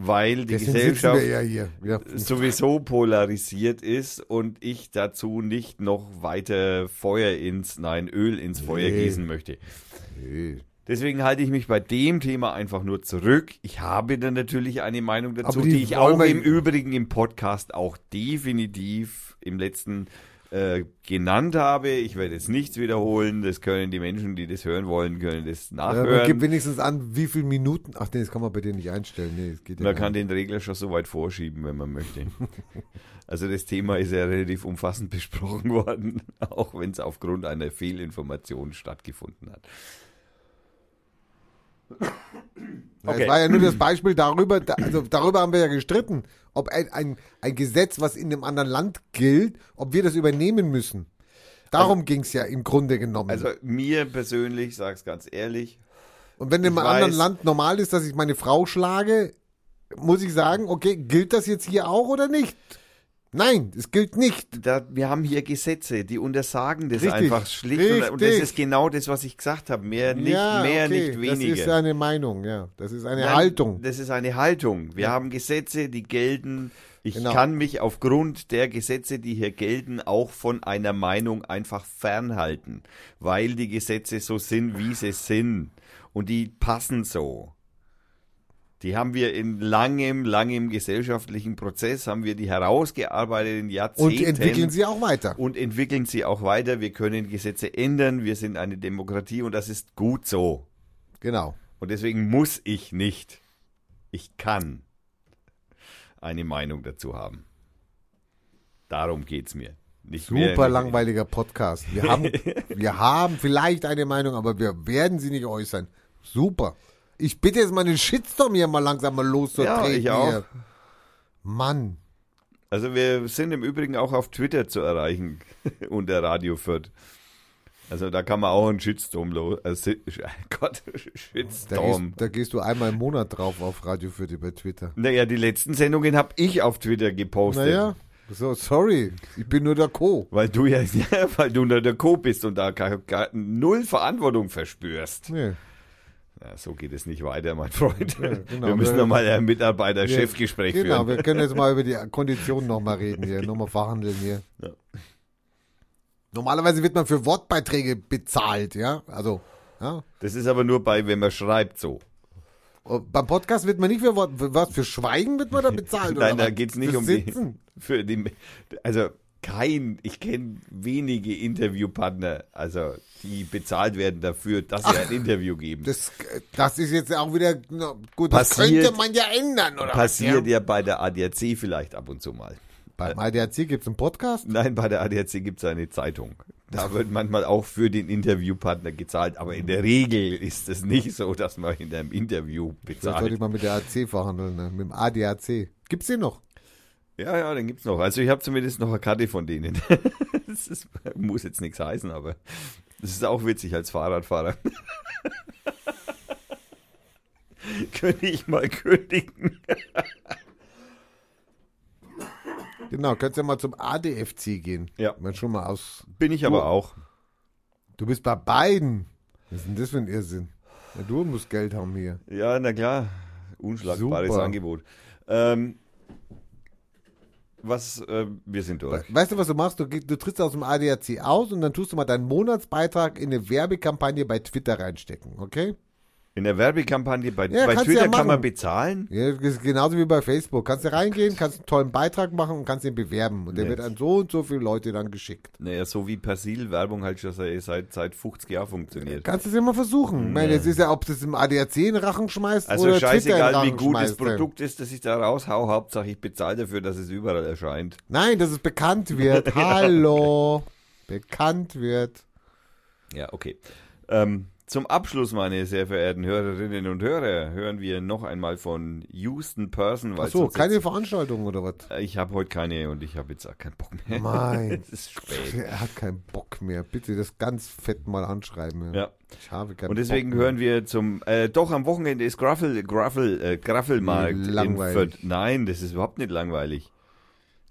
A: weil die
B: Deswegen sitzen
A: Gesellschaft
B: wir ja hier. Ja.
A: sowieso polarisiert ist und ich dazu nicht noch weiter Feuer ins, nein, Öl ins Feuer
B: Nee.
A: gießen möchte.
B: Nee.
A: Deswegen halte ich mich bei dem Thema einfach nur zurück. Ich habe dann natürlich eine Meinung dazu,
B: Aber
A: die,
B: die
A: ich
B: wollen
A: auch
B: wir-
A: im Übrigen im Podcast auch definitiv im letzten äh, genannt habe. Ich werde jetzt nichts wiederholen. Das können die Menschen, die das hören wollen, können das
B: Ja, aber gib
A: nachhören.
B: wenigstens an, wie viele Minuten. Ach nee, das kann man bei dir nicht einstellen. Nee, das geht ja
A: man
B: gar
A: kann den
B: nicht.
A: Regler schon so weit vorschieben, wenn man möchte. Also das Thema ist ja relativ umfassend besprochen worden, auch wenn es aufgrund einer Fehlinformation stattgefunden hat.
B: Na,
A: okay.
B: Es war ja nur das Beispiel darüber, da, also darüber haben wir ja gestritten, ob ein, ein, ein Gesetz, was in einem anderen Land gilt, ob wir das übernehmen müssen. Darum ging's ja im Grunde genommen.
A: Also mir persönlich, sag's ganz ehrlich,
B: Und wenn in einem
A: Ich
B: anderen
A: weiß.
B: Land normal ist, dass ich meine Frau schlage, muss ich sagen, okay, gilt das jetzt hier auch oder nicht? Nein, es gilt nicht.
A: da, wir haben hier Gesetze, die untersagen das
B: Richtig,
A: einfach schlicht. Und, und das
B: richtig.
A: ist genau das, was ich gesagt habe. Mehr nicht,
B: ja,
A: mehr
B: okay,
A: nicht weniger.
B: Das ist eine Meinung, ja. Das ist eine
A: Nein,
B: Haltung.
A: Das ist eine Haltung. Wir haben Gesetze, die gelten. Ich
B: Genau.
A: kann mich aufgrund der Gesetze, die hier gelten, auch von einer Meinung einfach fernhalten, weil die Gesetze so sind, wie sie sind. Und die passen so. Die haben wir in langem, langem gesellschaftlichen Prozess, haben wir die herausgearbeitet in Jahrzehnten
B: Und entwickeln sie auch weiter.
A: und entwickeln sie auch weiter. Wir können Gesetze ändern, wir sind eine Demokratie und das ist gut so.
B: Genau.
A: Und deswegen muss ich nicht, ich kann eine Meinung dazu haben. Darum geht's mir. Nicht mehr-
B: Super langweiliger Podcast. Wir haben, wir haben vielleicht eine Meinung, aber wir werden sie nicht äußern. Super. Ich bitte jetzt mal den Shitstorm hier mal langsam mal loszutreten.
A: Ja, ich auch.
B: Hier. Mann.
A: Also wir sind im Übrigen auch auf Twitter zu erreichen unter Radio Fürth. Also da kann man auch einen Shitstorm los. Äh, Si- Gott,
B: Da
A: Shitstorm.
B: gehst, da gehst du einmal im Monat drauf auf Radio Fürth über Twitter.
A: Naja, die letzten Sendungen habe ich auf Twitter gepostet.
B: Naja, so, sorry. Ich bin nur der Co.
A: Weil du ja, weil du unter der Co bist und da gar, gar null Verantwortung verspürst.
B: Nee.
A: Ja, so geht es nicht weiter, mein Freund.
B: genau.
A: wir müssen
B: Wir-
A: nochmal ein Mitarbeiter-Chefgespräch
B: Genau,
A: führen.
B: wir können jetzt mal über die Konditionen nochmal reden hier, nochmal verhandeln hier.
A: Ja.
B: Normalerweise wird man für Wortbeiträge bezahlt, ja? Also, ja,
A: Das ist aber nur bei, wenn man schreibt so.
B: Beim Podcast wird man nicht für Wort- für was für Schweigen wird man da bezahlt oder
A: Nein, da
B: was?
A: geht's nicht
B: Fürs
A: um die,
B: Sitzen.
A: für die. Also kein, ich kenne wenige Interviewpartner, also die bezahlt werden dafür, dass sie ein Interview geben.
B: Das, das ist jetzt auch wieder na, gut. Das
A: Passiert-
B: könnte man ja ändern oder
A: Passiert
B: was, ja?
A: ja bei der ADAC vielleicht ab und zu mal.
B: Beim ADAC gibt es einen Podcast.
A: Nein, bei der ADAC gibt es eine Zeitung. Da wird manchmal auch für den Interviewpartner gezahlt, aber in der Regel ist es nicht so, dass man in einem Interview
B: Vielleicht sollte
A: bezahlt.
B: ich mal mit der AC verhandeln, ne? mit dem ADAC. Gibt's den noch?
A: Ja, ja, dann gibt's noch. Also ich habe zumindest noch eine Karte von denen. Das ist, muss jetzt nichts heißen, aber das ist auch witzig als Fahrradfahrer. Könnte ich mal kündigen.
B: Genau, könntest ja mal zum ADFC gehen.
A: Ja.
B: Man schon mal aus.
A: Bin ich aber auch.
B: Du bist bei beiden. Was ist denn das für ein Irrsinn? Ja, du musst Geld haben hier.
A: Ja, na klar. Unschlagbares
B: Super.
A: Angebot. Ähm, was, ähm, wir sind durch.
B: We- Weißt du, was du machst? Du, geh- du trittst aus dem ADAC aus und dann tust du mal deinen Monatsbeitrag in eine Werbekampagne bei Twitter reinstecken, okay?
A: In der Werbekampagne bei,
B: Ja,
A: bei
B: kannst du
A: Twitter
B: ja
A: kann man
B: machen.
A: bezahlen.
B: Ja, das ist genauso wie bei Facebook. Kannst du reingehen, kannst einen tollen Beitrag machen und kannst ihn bewerben. Und der
A: Nett.
B: wird an so und so viele Leute dann geschickt.
A: Naja, so wie Persil Werbung halt schon seit, seit- seit 50 Jahren funktioniert.
B: Kannst du es ja mal versuchen. Ich meine, es ist ja, ob du es im ADAC in den Rachen schmeißt
A: Also
B: oder Twitter in den
A: scheißegal, wie
B: Rachen
A: gut das
B: schmeißt.
A: Produkt ist, das ich da raushau, Hauptsache ich bezahle dafür, dass es überall erscheint.
B: Nein, dass es bekannt wird. Hallo. Bekannt wird.
A: Ja, okay. Ähm, zum Abschluss, meine sehr verehrten Hörerinnen und Hörer, hören wir noch einmal von Houston Person. Weil
B: Achso,
A: sonst
B: keine Veranstaltung oder was?
A: jetzt, ich habe heute keine und ich habe jetzt auch keinen Bock mehr.
B: Mein
A: es ist spät.
B: Er hat keinen Bock mehr. Bitte das ganz fett mal anschreiben.
A: Ja.
B: Ich habe keinen
A: Und deswegen
B: Bock mehr.
A: hören wir zum, äh, doch am Wochenende ist Graffel, Graffel, äh, Graffelmarkt. in
B: Langweilig.
A: Fürth. Nein, das ist überhaupt nicht langweilig.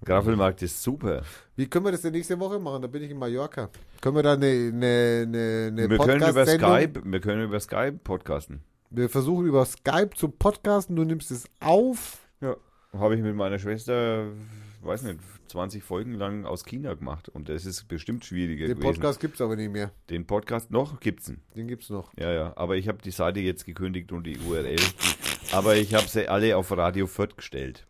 A: Graffelmarkt ist super.
B: Wie können wir das denn nächste Woche machen? Da bin ich in Mallorca. Können wir da eine, eine, eine, eine
A: wir können über
B: Podcast-Sendung-
A: Skype, wir können über Skype podcasten.
B: Wir versuchen über Skype zu podcasten. Du nimmst es auf.
A: Ja. Habe ich mit meiner Schwester, weiß nicht, 20 Folgen lang aus China gemacht. Und das ist bestimmt schwieriger
B: Den
A: gewesen.
B: Podcast gibt's aber nicht mehr.
A: Den Podcast noch gibt's ihn.
B: Den gibt's noch.
A: Ja, ja. Aber ich habe die Seite jetzt gekündigt und die URL. Aber ich habe sie alle auf Radio Fürth gestellt.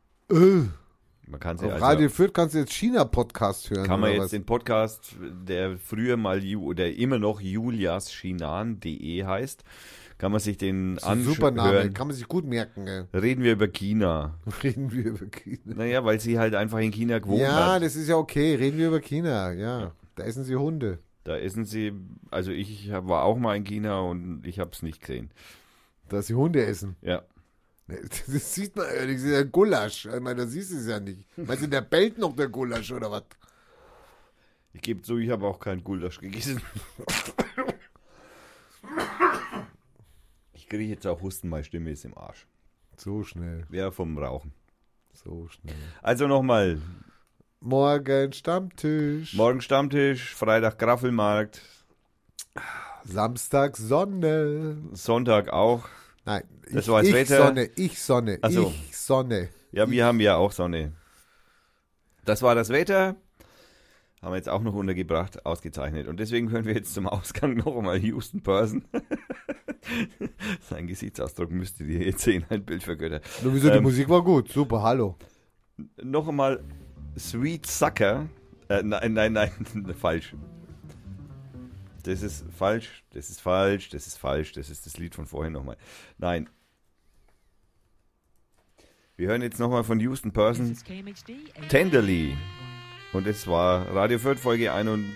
A: Man kann sie
B: Auf
A: also
B: Radio Fürth kannst du jetzt China-Podcast hören.
A: Kann man
B: oder
A: jetzt
B: was?
A: den Podcast, der früher mal Ju, der immer noch juliaschinan.de heißt, kann man sich den
B: Das ist ein Super Name.
A: anhören.
B: Kann man sich gut merken. Ey.
A: Reden wir über China.
B: Reden wir über China.
A: Naja, weil sie halt einfach in China gewohnt
B: Ja,
A: hat.
B: das ist ja okay. Reden wir über China. Ja, da essen sie Hunde.
A: Da essen sie, also ich war auch mal in China und ich habe es nicht gesehen.
B: Dass sie Hunde essen.
A: Ja.
B: Das sieht man ja nicht. Das ist ja Gulasch. Ich meine, da siehst du es ja nicht. Weißt du, der bellt noch der Gulasch oder was?
A: Ich gebe zu, ich habe auch keinen Gulasch gegessen. Ich kriege jetzt auch Husten, meine Stimme ist im Arsch.
B: So schnell.
A: Wer vom Rauchen.
B: So schnell.
A: Also nochmal,
B: Morgen Stammtisch.
A: morgen Stammtisch, Freitag Graffelmarkt,
B: Samstag Sonne.
A: Sonntag auch.
B: Nein,
A: Das
B: ich,
A: war das
B: ich
A: Wetter.
B: Sonne, ich Sonne,
A: Ach so.
B: ich Sonne.
A: Ja, wir haben ja auch Sonne. Das war das Wetter. Haben wir jetzt auch noch untergebracht, ausgezeichnet. Und deswegen hören wir jetzt zum Ausgang noch einmal Houston Person. Sein Gesichtsausdruck müsstet ihr jetzt sehen, ein Bild für Götter.
B: Nur wieso, die
A: Ähm.
B: Musik war gut. Super, hallo.
A: Noch einmal Sweet Sucker. Äh, nein, nein, nein, falsch. Das ist falsch, das ist falsch, das ist falsch, das ist das Lied von vorhin nochmal. Nein. Wir hören jetzt nochmal von Houston Person.
D: This is KMHD.
A: Tenderly. Und es war Radio Fürth, Folge 41,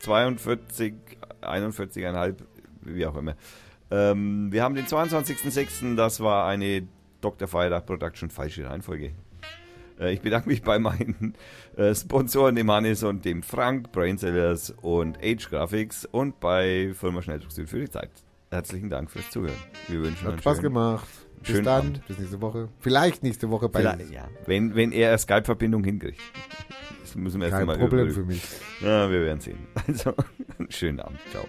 A: 42, 41,5, wie auch immer. Ähm, wir haben den 22.06., das war eine Dr. Feiertag Production falsche Reihenfolge. Äh, ich bedanke mich bei meinen äh, Sponsoren, dem Hannes und dem Frank, Brainsellers und Age Graphics und bei Firma Schnelldruck Süd für die Zeit. Herzlichen Dank fürs Zuhören. Wir wünschen
B: Hat
A: einen
B: Spaß
A: schönen-
B: gemacht. Bis
A: schönen
B: dann,
A: Abend.
B: bis nächste Woche. Vielleicht nächste Woche bei
A: Vielleicht, ja, wenn, wenn er eine Skype-Verbindung hinkriegt. Das müssen wir erst
B: Kein
A: mal
B: Problem
A: überprüfen.
B: für mich.
A: Ja, wir werden sehen. Also, einen schönen Abend. Ciao.